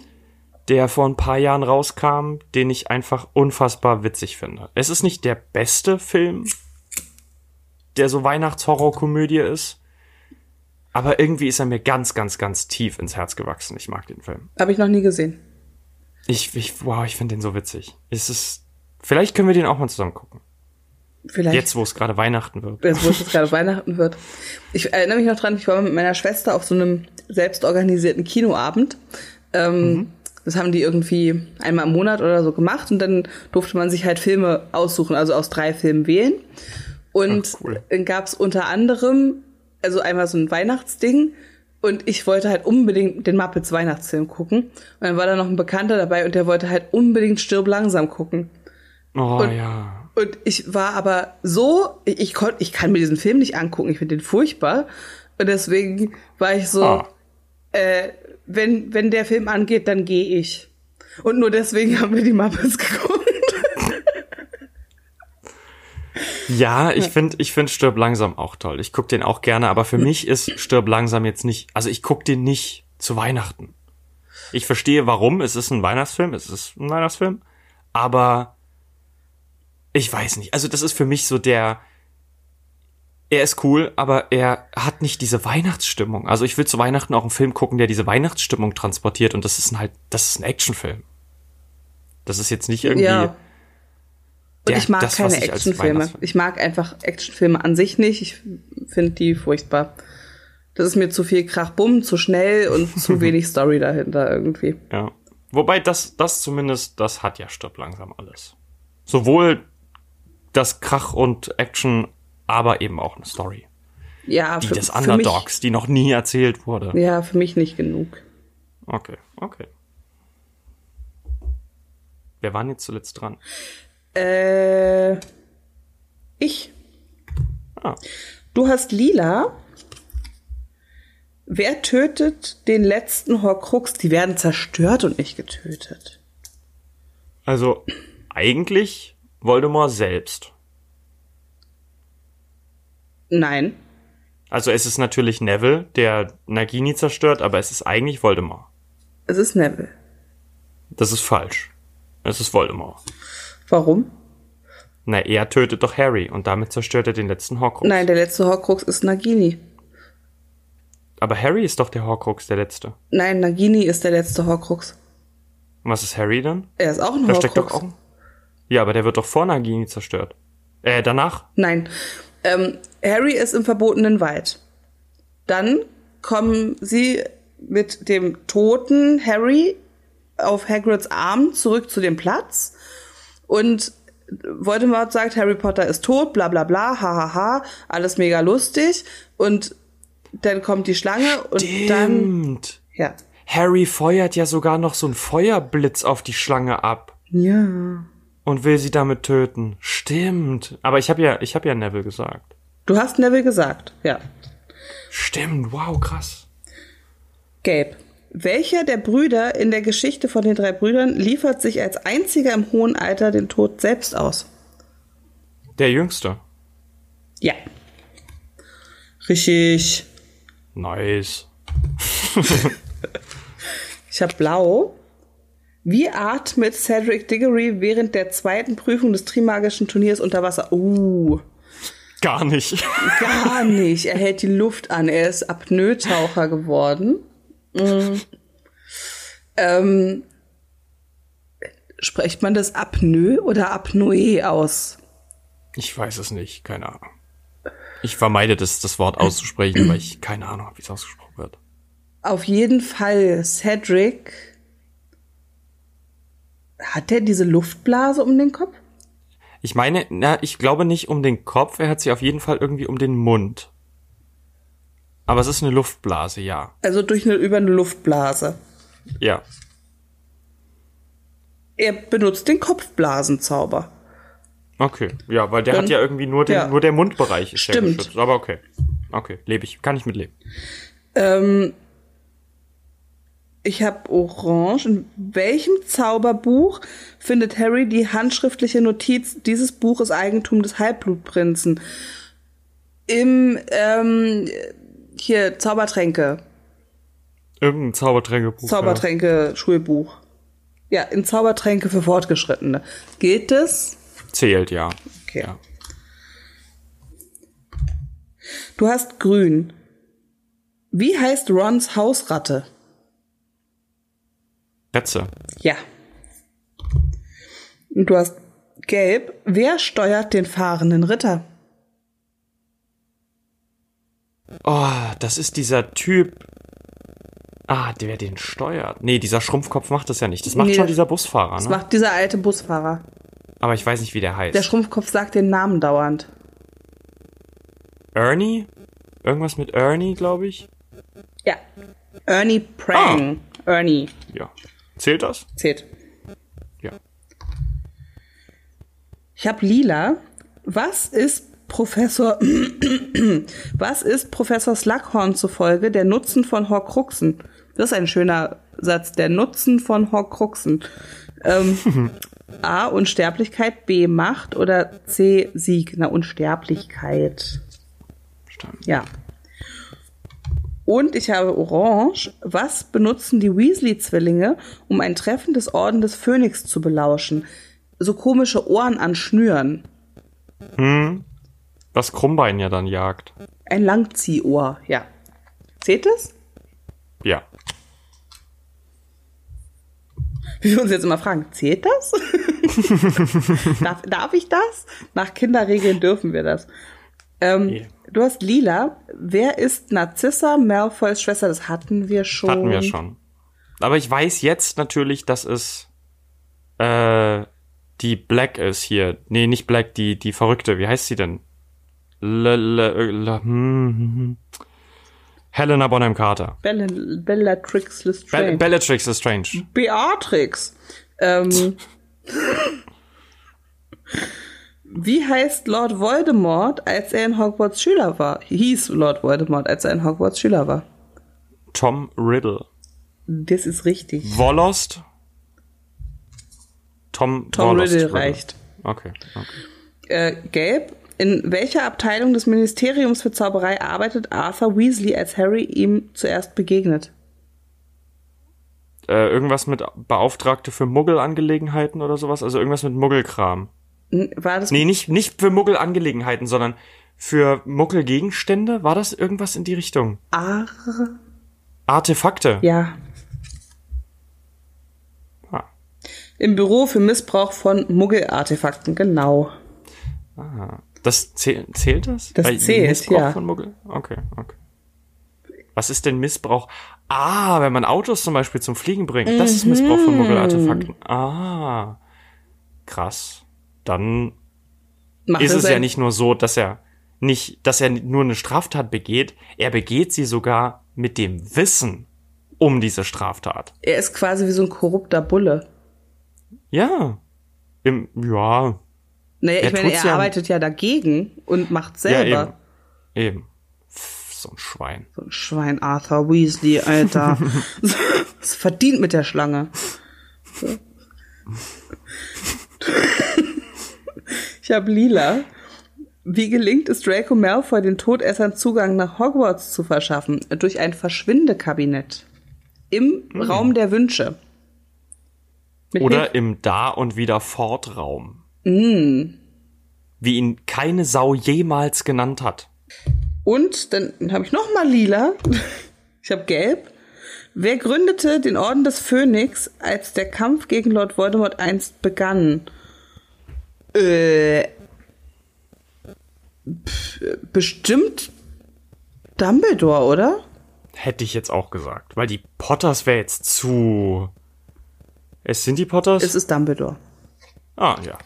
Speaker 1: der vor ein paar Jahren rauskam, den ich einfach unfassbar witzig finde. Es ist nicht der beste Film, der so Weihnachtshorrorkomödie ist, aber irgendwie ist er mir ganz, ganz, ganz tief ins Herz gewachsen. Ich mag den Film.
Speaker 2: Habe ich noch nie gesehen.
Speaker 1: Ich, ich wow, ich finde den so witzig. Es ist, vielleicht können wir den auch mal zusammen gucken.
Speaker 2: Vielleicht.
Speaker 1: Jetzt, wo es gerade Weihnachten wird.
Speaker 2: jetzt wo es jetzt gerade Weihnachten wird. Ich erinnere mich noch dran, ich war mal mit meiner Schwester auf so einem selbstorganisierten Kinoabend. Ähm,
Speaker 1: Mhm.
Speaker 2: Das haben die irgendwie einmal im Monat oder so gemacht und dann durfte man sich halt Filme aussuchen, also aus drei Filmen wählen. Und
Speaker 1: Ach, cool.
Speaker 2: dann gab's unter anderem, also einmal so ein Weihnachtsding und ich wollte halt unbedingt den Muppets Weihnachtsfilm gucken. Und dann war da noch ein Bekannter dabei und der wollte halt unbedingt Stirb langsam gucken.
Speaker 1: Oh
Speaker 2: Und-
Speaker 1: ja.
Speaker 2: Und ich war aber so, ich, ich, konnt, ich kann mir diesen Film nicht angucken, ich finde den furchtbar. Und deswegen war ich so,
Speaker 1: Ah.
Speaker 2: äh, wenn, wenn der Film angeht, dann gehe ich. Und nur deswegen haben wir die Muppets geguckt.
Speaker 1: Ja, ich finde ich find Stirb langsam auch toll. Ich guck den auch gerne, aber für mich ist Stirb langsam jetzt nicht. Also ich guck den nicht zu Weihnachten. Ich verstehe warum, es ist ein Weihnachtsfilm, es ist ein Weihnachtsfilm, aber ich weiß nicht. Also das ist für mich so der er ist cool, aber er hat nicht diese Weihnachtsstimmung. Also ich will zu Weihnachten auch einen Film gucken, der diese Weihnachtsstimmung transportiert und das ist ein halt das ist ein Actionfilm. Das ist jetzt nicht irgendwie
Speaker 2: Ja. Und
Speaker 1: der-
Speaker 2: ich mag
Speaker 1: das, was
Speaker 2: keine
Speaker 1: ich als
Speaker 2: Actionfilme.
Speaker 1: Weihnachtsfilm-
Speaker 2: Ich mag einfach Actionfilme an sich nicht. Ich finde die furchtbar. Das ist mir zu viel Krachbumm, zu schnell und zu wenig Story dahinter irgendwie.
Speaker 1: Ja. Wobei das, das zumindest, das hat ja Stirb langsam alles. Sowohl das Krach und Action, aber eben auch eine Story.
Speaker 2: Ja,
Speaker 1: Die
Speaker 2: für,
Speaker 1: des
Speaker 2: für mich,
Speaker 1: Underdogs, die noch nie erzählt wurde.
Speaker 2: ja, für mich nicht genug.
Speaker 1: Okay, okay. Wer war denn jetzt zuletzt dran?
Speaker 2: Äh, ich.
Speaker 1: Ah,
Speaker 2: Du hast lila. Wer tötet den letzten Horcrux? Die werden zerstört und nicht getötet.
Speaker 1: also eigentlich Voldemort selbst.
Speaker 2: Nein.
Speaker 1: Also es ist natürlich Neville, der Nagini zerstört, aber es ist eigentlich Voldemort.
Speaker 2: Es ist Neville.
Speaker 1: Das ist falsch. Es ist Voldemort.
Speaker 2: Warum?
Speaker 1: Na, er tötet doch Harry und damit zerstört er den letzten Horcrux.
Speaker 2: Nein, der letzte Horcrux ist Nagini.
Speaker 1: Aber Harry ist doch der Horcrux, der Letzte.
Speaker 2: Nein, Nagini ist der letzte Horcrux.
Speaker 1: Und was ist Harry dann?
Speaker 2: Er ist auch ein
Speaker 1: Da
Speaker 2: Horcrux.
Speaker 1: steckt doch auch. Ja, aber der wird doch vor Nagini zerstört. Äh, danach?
Speaker 2: Nein. Ähm, Harry ist im verbotenen Wald. Dann kommen sie mit dem toten Harry auf Hagrids Arm zurück zu dem Platz. Und Voldemort sagt, Harry Potter ist tot, bla bla bla, hahaha, ha, ha, alles mega lustig. Und dann kommt die Schlange und dann.
Speaker 1: Stimmt.
Speaker 2: Ja.
Speaker 1: Harry feuert ja sogar noch so einen Feuerblitz auf die Schlange ab
Speaker 2: Ja.
Speaker 1: und will sie damit töten. Stimmt. Aber ich habe ja, ich habe ja Neville gesagt.
Speaker 2: Du hast Neville gesagt, ja.
Speaker 1: Stimmt. Wow, krass.
Speaker 2: Gabe. Welcher der Brüder in der Geschichte von den drei Brüdern liefert sich als einziger im hohen Alter den Tod selbst aus?
Speaker 1: Der Jüngste.
Speaker 2: Ja. Richtig.
Speaker 1: Nice.
Speaker 2: Ich habe blau. Wie atmet Cedric Diggory während der zweiten Prüfung des Trimagischen Turniers unter Wasser? Uh,
Speaker 1: Gar nicht.
Speaker 2: gar nicht. Er hält die Luft an. Er ist Apnoe-Taucher geworden. Mm. Ähm, spricht man das Apnoe oder Apnoe aus?
Speaker 1: Ich weiß es nicht, keine Ahnung. Ich vermeide das, das Wort auszusprechen, weil ich keine Ahnung habe, wie es ausgesprochen wird.
Speaker 2: Auf jeden Fall, Cedric. Hat er diese Luftblase um den Kopf?
Speaker 1: Ich meine, na, ich glaube nicht um den Kopf, er hat sie auf jeden Fall irgendwie um den Mund. Aber es ist eine Luftblase, ja.
Speaker 2: Also durch eine, über eine Luftblase.
Speaker 1: Ja.
Speaker 2: Er benutzt den Kopfblasenzauber.
Speaker 1: Okay. Ja, weil der
Speaker 2: Dann-
Speaker 1: hat ja irgendwie nur den,
Speaker 2: ja.
Speaker 1: nur der Mundbereich ist ja
Speaker 2: Stimmt.
Speaker 1: geschützt. Aber okay. Okay, lebe ich. Kann ich mitleben.
Speaker 2: Ähm, ich habe Orange. In welchem Zauberbuch findet Harry die handschriftliche Notiz, dieses Buch ist Eigentum des Halbblutprinzen? Im, ähm, hier, Zaubertränke.
Speaker 1: Irgendein Zaubertränkebuch.
Speaker 2: Zaubertränke, Schulbuch. Ja, in Zaubertränke für Fortgeschrittene. Gilt es?
Speaker 1: Ja. Zählt, ja.
Speaker 2: Okay.
Speaker 1: Ja.
Speaker 2: Du hast grün. Wie heißt Rons Hausratte?
Speaker 1: Rätze.
Speaker 2: Ja. Und du hast gelb. Wer steuert den fahrenden Ritter?
Speaker 1: Oh, das ist dieser Typ. Ah, der den steuert. Nee, dieser Schrumpfkopf macht das ja nicht. Das macht
Speaker 2: Nee,
Speaker 1: schon
Speaker 2: das-
Speaker 1: dieser Busfahrer,
Speaker 2: Das
Speaker 1: ne?
Speaker 2: macht dieser alte Busfahrer.
Speaker 1: Aber ich weiß nicht, wie der
Speaker 2: Der
Speaker 1: heißt.
Speaker 2: Schrumpfkopf sagt den Namen dauernd.
Speaker 1: Ernie? Irgendwas mit Ernie, glaube ich.
Speaker 2: Ja. Ernie Prang. Ernie
Speaker 1: Ja. Zählt das?
Speaker 2: zählt.
Speaker 1: Ja.
Speaker 2: Ich habe lila. Was ist Professor Was ist Professor Slughorn zufolge der Nutzen von Horcruxen? Das ist ein schöner Satz, der Nutzen von Horcruxen. Ähm, A Unsterblichkeit, B Macht oder C Sieg. Na Unsterblichkeit.
Speaker 1: Verstanden.
Speaker 2: Ja. Und ich habe Orange. Was benutzen die Weasley-Zwillinge, um ein Treffen des Orden des Phönix zu belauschen? So komische Ohren an Schnüren.
Speaker 1: Was Krummbein ja dann jagt.
Speaker 2: Ein Langziehohr, ja. Seht es?
Speaker 1: Ja.
Speaker 2: Wie wir uns jetzt immer fragen, zählt das? darf, darf ich das? Nach Kinderregeln dürfen wir das. Ähm,
Speaker 1: Yeah.
Speaker 2: Du hast Lila. Wer ist Narzissa Malfoys Schwester? Das hatten wir schon.
Speaker 1: Hatten wir schon. Aber ich weiß jetzt natürlich, dass es äh, die Black ist hier. Nee, nicht Black, die, die Verrückte. Wie heißt sie denn? L l l hm, hm, hm. Helena Bonham Carter.
Speaker 2: Bell Bellatrix
Speaker 1: Be
Speaker 2: Lestrange.
Speaker 1: Bellatrix is
Speaker 2: Hm?
Speaker 1: Strange.
Speaker 2: Beatrix. Ähm, wie heißt Lord Voldemort, als er in Hogwarts Schüler war? Hieß Lord Voldemort, als er in Hogwarts Schüler war.
Speaker 1: Tom Riddle.
Speaker 2: Das ist richtig.
Speaker 1: Wollost. Tom,
Speaker 2: Tom
Speaker 1: Wollost
Speaker 2: Riddle reicht.
Speaker 1: Okay, okay.
Speaker 2: Äh, gelb. In welcher Abteilung des Ministeriums für Zauberei arbeitet Arthur Weasley, als Harry ihm zuerst begegnet?
Speaker 1: Äh, irgendwas mit Beauftragte für Muggelangelegenheiten oder sowas? Also irgendwas mit Muggelkram.
Speaker 2: N- War das
Speaker 1: Nee, nicht, nicht für Muggelangelegenheiten, sondern für Muggelgegenstände. War das irgendwas in die Richtung?
Speaker 2: Ar?
Speaker 1: Artefakte.
Speaker 2: Ja.
Speaker 1: Ah.
Speaker 2: Im Büro für Missbrauch von Muggel-Artefakten, genau.
Speaker 1: Ah. Das zäh zählt das?
Speaker 2: Das zählt,
Speaker 1: Missbrauch
Speaker 2: ja.
Speaker 1: von Muggel? Okay, okay. Was ist denn Missbrauch? Ah, wenn man Autos zum Beispiel zum Fliegen bringt, das ist Missbrauch von
Speaker 2: Mhm.
Speaker 1: Muggelartefakten. Ah, krass. Dann
Speaker 2: Macht
Speaker 1: ist
Speaker 2: er
Speaker 1: es
Speaker 2: sein-
Speaker 1: ja nicht nur so, dass er nicht, dass er nur eine Straftat begeht, er begeht sie sogar mit dem Wissen um diese Straftat.
Speaker 2: Er ist quasi wie so ein korrupter Bulle.
Speaker 1: Ja. Im, ja,
Speaker 2: Naja,
Speaker 1: Er
Speaker 2: ich meine,
Speaker 1: tut's
Speaker 2: er
Speaker 1: ja-
Speaker 2: arbeitet ja dagegen und macht selber.
Speaker 1: eben. Eben. F- so ein Schwein.
Speaker 2: So ein Schwein Arthur Weasley, Alter. Das verdient mit der Schlange. So. Ich habe Lila. Wie gelingt es Draco Malfoy, den Todessern Zugang nach Hogwarts zu verschaffen? Durch ein Verschwindekabinett. Im Raum der Wünsche. Mit
Speaker 1: Hm. Oder im Da- und wieder Fortraum. Wie ihn keine Sau jemals genannt hat.
Speaker 2: Und dann habe ich noch mal lila. Ich habe gelb. Wer gründete den Orden des Phönix, als der Kampf gegen Lord Voldemort einst begann? Äh, pf, bestimmt Dumbledore, oder?
Speaker 1: Hätte ich jetzt auch gesagt. Weil die Potters wäre jetzt zu. Es sind die Potters?
Speaker 2: Es ist Dumbledore.
Speaker 1: ah, ja.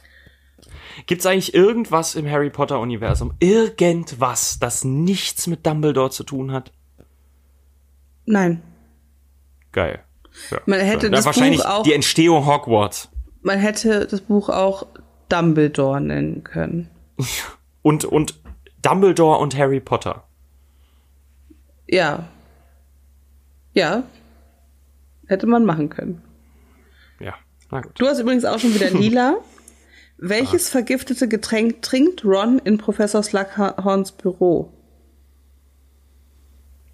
Speaker 1: Gibt's eigentlich irgendwas im Harry Potter Universum? Irgendwas, das nichts mit Dumbledore zu tun hat?
Speaker 2: Nein.
Speaker 1: Geil. Ja,
Speaker 2: Man hätte das Buch
Speaker 1: wahrscheinlich
Speaker 2: auch-
Speaker 1: die Entstehung Hogwarts.
Speaker 2: Man hätte das Buch auch Dumbledore nennen können.
Speaker 1: Und, und Dumbledore und Harry Potter.
Speaker 2: Ja. Ja. Hätte man machen können.
Speaker 1: Ja, na gut.
Speaker 2: Du hast übrigens auch schon wieder lila. Welches vergiftete Getränk trinkt Ron in Professor Slughorns Büro?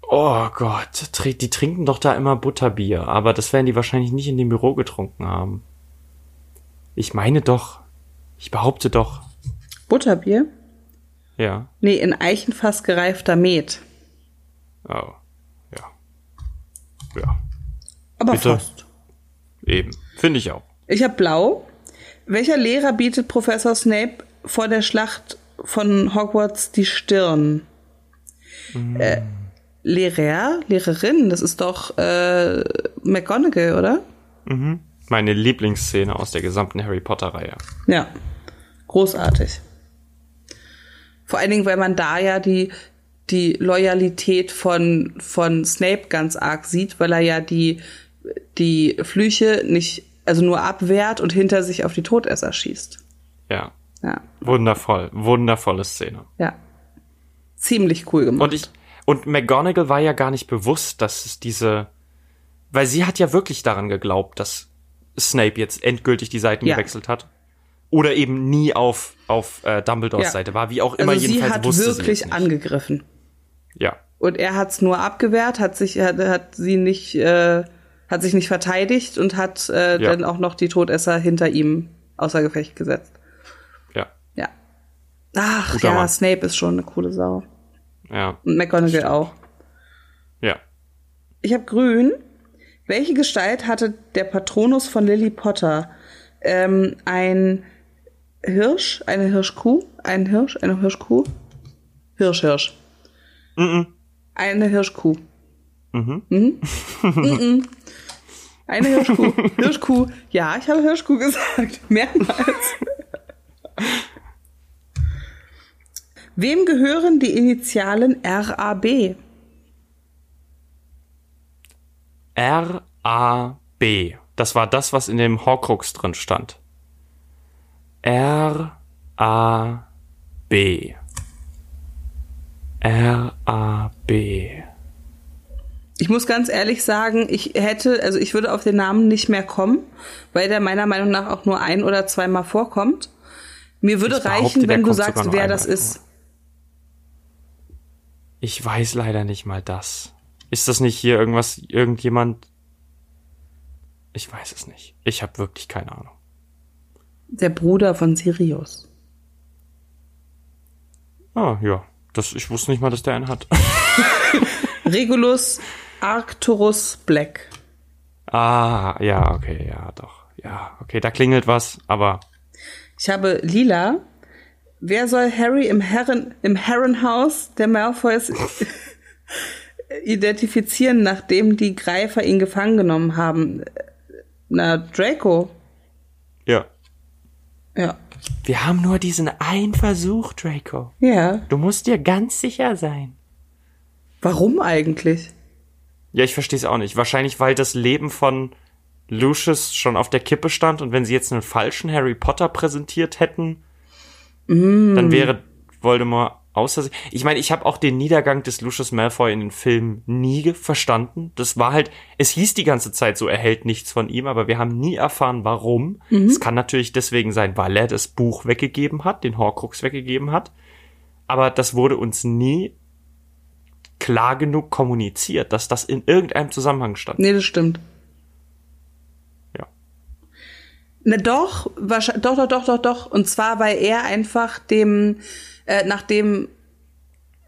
Speaker 1: Oh Gott, tr- die trinken doch da immer Butterbier, aber das werden die wahrscheinlich nicht in dem Büro getrunken haben. Ich meine doch, ich behaupte doch,
Speaker 2: Butterbier?
Speaker 1: ja.
Speaker 2: Nee, in Eichenfass gereifter Met.
Speaker 1: Oh, ja. Ja,
Speaker 2: Aber
Speaker 1: Bitte?
Speaker 2: fast.
Speaker 1: eben. Finde ich auch.
Speaker 2: Ich habe blau. Welcher Lehrer bietet Professor Snape vor der Schlacht von Hogwarts die Stirn? Äh, Lehrer? Lehrerin? Das ist doch äh, McGonagall, oder?
Speaker 1: Meine Lieblingsszene aus der gesamten Harry Potter-Reihe.
Speaker 2: Ja, großartig. Vor allen Dingen, weil man da ja die, die Loyalität von, von Snape ganz arg sieht, weil er ja die, die Flüche nicht, also nur abwehrt und hinter sich auf die Todesser schießt.
Speaker 1: Ja,
Speaker 2: Ja,
Speaker 1: wundervoll, wundervolle Szene.
Speaker 2: ja. Ziemlich cool gemacht.
Speaker 1: Und ich und McGonagall war ja gar nicht bewusst, dass es diese weil sie hat ja wirklich daran geglaubt, dass Snape jetzt endgültig die Seiten
Speaker 2: Ja.
Speaker 1: gewechselt hat oder eben nie auf auf äh, Dumbledores
Speaker 2: Ja.
Speaker 1: Seite war, wie auch immer
Speaker 2: also sie
Speaker 1: jedenfalls
Speaker 2: hat
Speaker 1: wusste
Speaker 2: wirklich
Speaker 1: sie es nicht.
Speaker 2: angegriffen.
Speaker 1: Ja.
Speaker 2: Und er hat's nur abgewehrt, hat sich, hat, hat sie nicht, äh, hat sich nicht verteidigt und hat äh,
Speaker 1: Ja.
Speaker 2: dann auch noch die Todesser hinter ihm außer Gefecht gesetzt.
Speaker 1: Ja.
Speaker 2: Ja. Ach
Speaker 1: Guter
Speaker 2: ja,
Speaker 1: Mann.
Speaker 2: Snape ist schon eine coole Sau.
Speaker 1: Ja.
Speaker 2: Und McGonagall auch.
Speaker 1: Ja.
Speaker 2: Ich habe grün. Welche Gestalt hatte der Patronus von Lily Potter? Ähm, ein Hirsch, eine Hirschkuh, ein Hirsch, eine Hirschkuh? Hirsch, Hirsch. Eine Hirschkuh. Mhm. Mhm. Eine Hirschkuh. Hirschkuh. Ja, ich habe Hirschkuh gesagt. Mehrmals. Wem gehören die Initialen RAB?
Speaker 1: R A B. Das war das, was in dem Horcrux drin stand. R A B. R A B.
Speaker 2: Ich muss ganz ehrlich sagen, ich hätte, also ich würde auf den Namen nicht mehr kommen, weil der meiner Meinung nach auch nur ein oder zweimal vorkommt. Mir würde
Speaker 1: Ich behaupte,
Speaker 2: reichen,
Speaker 1: der
Speaker 2: wenn du
Speaker 1: kommt sogar
Speaker 2: sagst,
Speaker 1: nur
Speaker 2: wer
Speaker 1: einmal
Speaker 2: das ist.
Speaker 1: Ich weiß leider nicht mal das. Ist das nicht hier irgendwas, irgendjemand? Ich weiß es nicht. Ich habe wirklich keine Ahnung.
Speaker 2: Der Bruder von Sirius.
Speaker 1: Ah, ja. Das, ich wusste nicht mal, dass der einen hat.
Speaker 2: Regulus Arcturus Black.
Speaker 1: ah, ja, okay, ja, doch. Ja, okay, da klingelt was, aber
Speaker 2: Ich habe Lila. Wer soll Harry im, Herren, im Herrenhaus der Malfoys identifizieren, nachdem die Greifer ihn gefangen genommen haben? Na, Draco.
Speaker 1: ja.
Speaker 2: Ja.
Speaker 1: Wir haben nur diesen einen Versuch, Draco.
Speaker 2: Ja.
Speaker 1: Du musst dir ganz sicher sein.
Speaker 2: Warum eigentlich?
Speaker 1: Ja, ich verstehe es auch nicht. Wahrscheinlich, weil das Leben von Lucius schon auf der Kippe stand und wenn sie jetzt einen falschen Harry Potter präsentiert hätten, dann wäre Voldemort Außer, ich meine, ich habe auch den Niedergang des Lucius Malfoy in den Filmen nie ge- verstanden. Das war halt, es hieß die ganze Zeit so, er hält nichts von ihm, aber wir haben nie erfahren, warum. Es kann natürlich deswegen sein, weil er das Buch weggegeben hat, den Horcrux weggegeben hat. Aber das wurde uns nie klar genug kommuniziert, dass das in irgendeinem Zusammenhang stand.
Speaker 2: Nee, das stimmt.
Speaker 1: Ja.
Speaker 2: Na doch, wahrscheinlich, doch, doch, doch, doch, doch. Und zwar, weil er einfach dem, äh, nachdem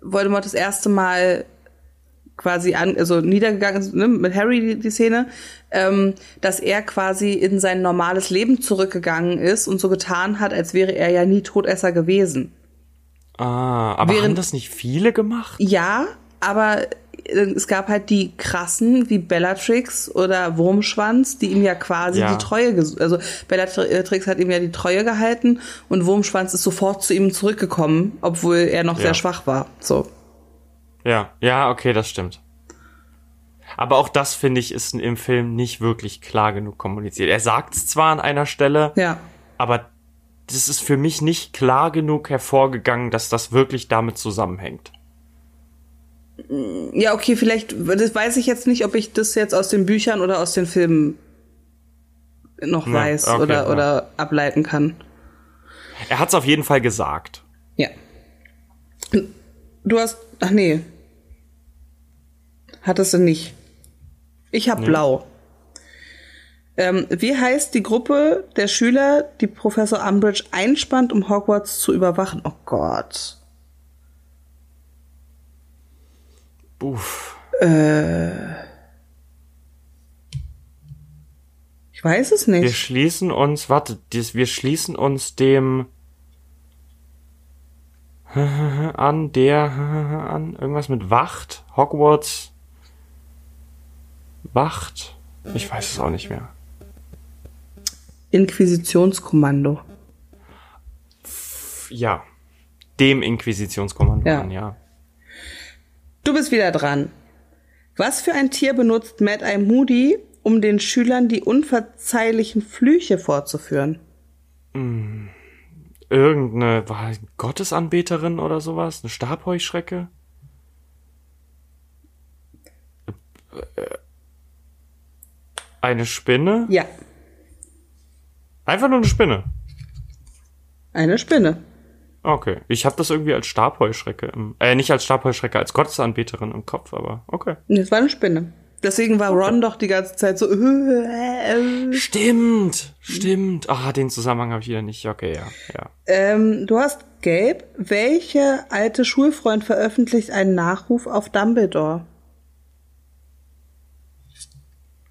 Speaker 2: Voldemort das erste Mal quasi an, also niedergegangen ist, ne, mit Harry die, die Szene, ähm, dass er quasi in sein normales Leben zurückgegangen ist und so getan hat, als wäre er ja nie Todesser gewesen.
Speaker 1: Ah, aber
Speaker 2: Während-
Speaker 1: haben das nicht viele gemacht?
Speaker 2: Ja, aber äh, es gab halt die krassen wie Bellatrix oder Wurmschwanz, die ihm ja quasi
Speaker 1: Ja.
Speaker 2: die Treue, ges- also Bellatrix hat ihm ja die Treue gehalten und Wurmschwanz ist sofort zu ihm zurückgekommen, obwohl er noch
Speaker 1: Ja.
Speaker 2: sehr schwach war. So.
Speaker 1: Ja, ja, okay, das stimmt. Aber auch das, finde ich, ist im Film nicht wirklich klar genug kommuniziert. Er sagt es zwar an einer Stelle,
Speaker 2: Ja.
Speaker 1: aber das ist für mich nicht klar genug hervorgegangen, dass das wirklich damit zusammenhängt.
Speaker 2: Ja, okay, vielleicht das weiß ich jetzt nicht, ob ich das jetzt aus den Büchern oder aus den Filmen noch
Speaker 1: Ja,
Speaker 2: weiß
Speaker 1: okay,
Speaker 2: oder
Speaker 1: ja.
Speaker 2: oder ableiten kann.
Speaker 1: Er hat es auf jeden Fall gesagt.
Speaker 2: Ja. Du hast. Ach nee. Hattest du nicht. Ich hab blau. Ähm, wie heißt die Gruppe der Schüler, die Professor Umbridge einspannt, um Hogwarts zu überwachen? Oh Gott.
Speaker 1: Uff.
Speaker 2: Ich weiß es
Speaker 1: Wir
Speaker 2: nicht.
Speaker 1: schließen uns, warte, dies- wir schließen uns dem an, der an, irgendwas mit Wacht, Hogwarts, Wacht, ich weiß es auch nicht mehr.
Speaker 2: Inquisitionskommando.
Speaker 1: Ja, dem Inquisitionskommando
Speaker 2: Ja.
Speaker 1: an, ja.
Speaker 2: Du bist wieder dran. Was für ein Tier benutzt Mad Eye Moody, um den Schülern die unverzeihlichen Flüche vorzuführen?
Speaker 1: Irgendeine, war eine Gottesanbeterin oder sowas, eine Stabheuschrecke? Äh, Eine Spinne?
Speaker 2: Ja,
Speaker 1: Einfach nur eine Spinne.
Speaker 2: eine Spinne.
Speaker 1: Okay. Ich habe das irgendwie als Stabheuschrecke im, äh, nicht als Stabheuschrecke, als Gottesanbeterin im Kopf, aber okay.
Speaker 2: Es war eine Spinne. Deswegen war Ron doch die ganze Zeit so. äh, äh.
Speaker 1: Stimmt, stimmt. Ah, den Zusammenhang habe ich wieder nicht. Okay, ja, ja.
Speaker 2: Ähm, du hast gelb. Welcher alte Schulfreund veröffentlicht einen Nachruf auf Dumbledore?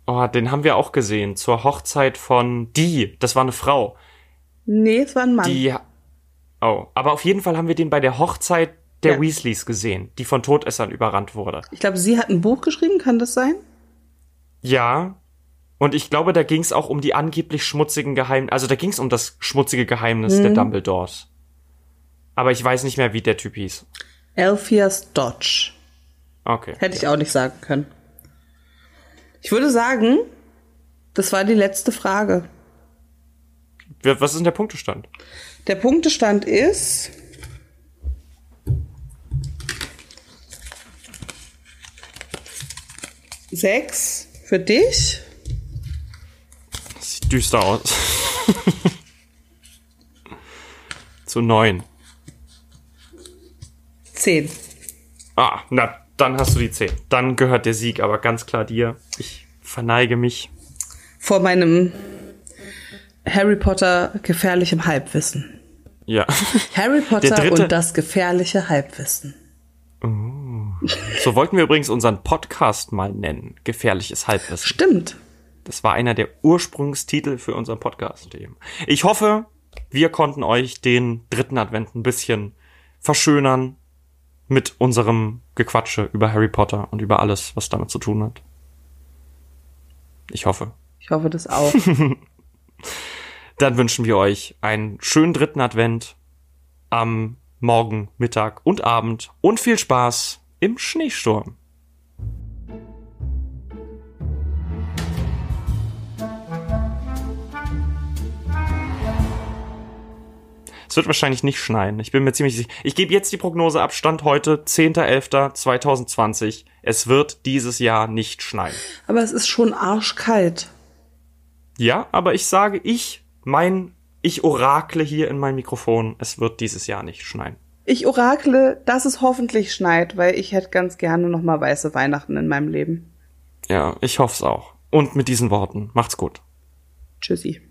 Speaker 1: Oh, den haben wir auch gesehen zur Hochzeit von die. Das war eine Frau.
Speaker 2: Nee, es war ein Mann.
Speaker 1: Die. Oh, aber auf jeden Fall haben wir den bei der Hochzeit der
Speaker 2: Ja.
Speaker 1: Weasleys gesehen, die von Todessern überrannt wurde.
Speaker 2: Ich glaube, sie hat ein Buch geschrieben, kann das sein?
Speaker 1: Ja. Und ich glaube, da ging es auch um die angeblich schmutzigen Geheimnisse. Also da ging es um das schmutzige Geheimnis der Dumbledores. Aber ich weiß nicht mehr, wie der Typ hieß.
Speaker 2: Alpheus Dodge.
Speaker 1: Okay.
Speaker 2: Hätte ich auch nicht sagen können. Ich würde sagen, das war die letzte Frage.
Speaker 1: Wir- Was ist denn der Punktestand?
Speaker 2: Der Punktestand ist. Sechs für dich.
Speaker 1: Das sieht düster aus. Zu neun.
Speaker 2: Zehn.
Speaker 1: Ah, na, dann hast du die zehn. Dann gehört der Sieg aber ganz klar dir. Ich verneige mich.
Speaker 2: Vor meinem Harry Potter gefährlichem Halbwissen.
Speaker 1: Ja.
Speaker 2: Harry Potter
Speaker 1: dritte-
Speaker 2: und das gefährliche Halbwissen.
Speaker 1: So wollten wir übrigens unseren Podcast mal nennen. Gefährliches Halbwissen.
Speaker 2: Stimmt.
Speaker 1: Das war einer der Ursprungstitel für unseren Podcast. eben. Ich hoffe, wir konnten euch den dritten Advent ein bisschen verschönern mit unserem Gequatsche über Harry Potter und über alles, was damit zu tun hat. Ich hoffe.
Speaker 2: Ich hoffe das auch.
Speaker 1: Dann wünschen wir euch einen schönen dritten Advent am Morgen, Mittag und Abend und viel Spaß im Schneesturm. Es wird wahrscheinlich nicht schneien. Ich bin mir ziemlich sicher. Ich gebe jetzt die Prognose Abstand heute, 10.11.2020. Es wird dieses Jahr nicht schneien.
Speaker 2: Aber es ist schon arschkalt.
Speaker 1: Ja, aber ich sage, ich, mein, ich orakle hier in mein Mikrofon, es wird dieses Jahr nicht schneien.
Speaker 2: Ich orakle, dass es hoffentlich schneit, weil ich hätte ganz gerne nochmal weiße Weihnachten in meinem Leben.
Speaker 1: Ja, ich hoffe es auch. Und mit diesen Worten, macht's gut.
Speaker 2: Tschüssi.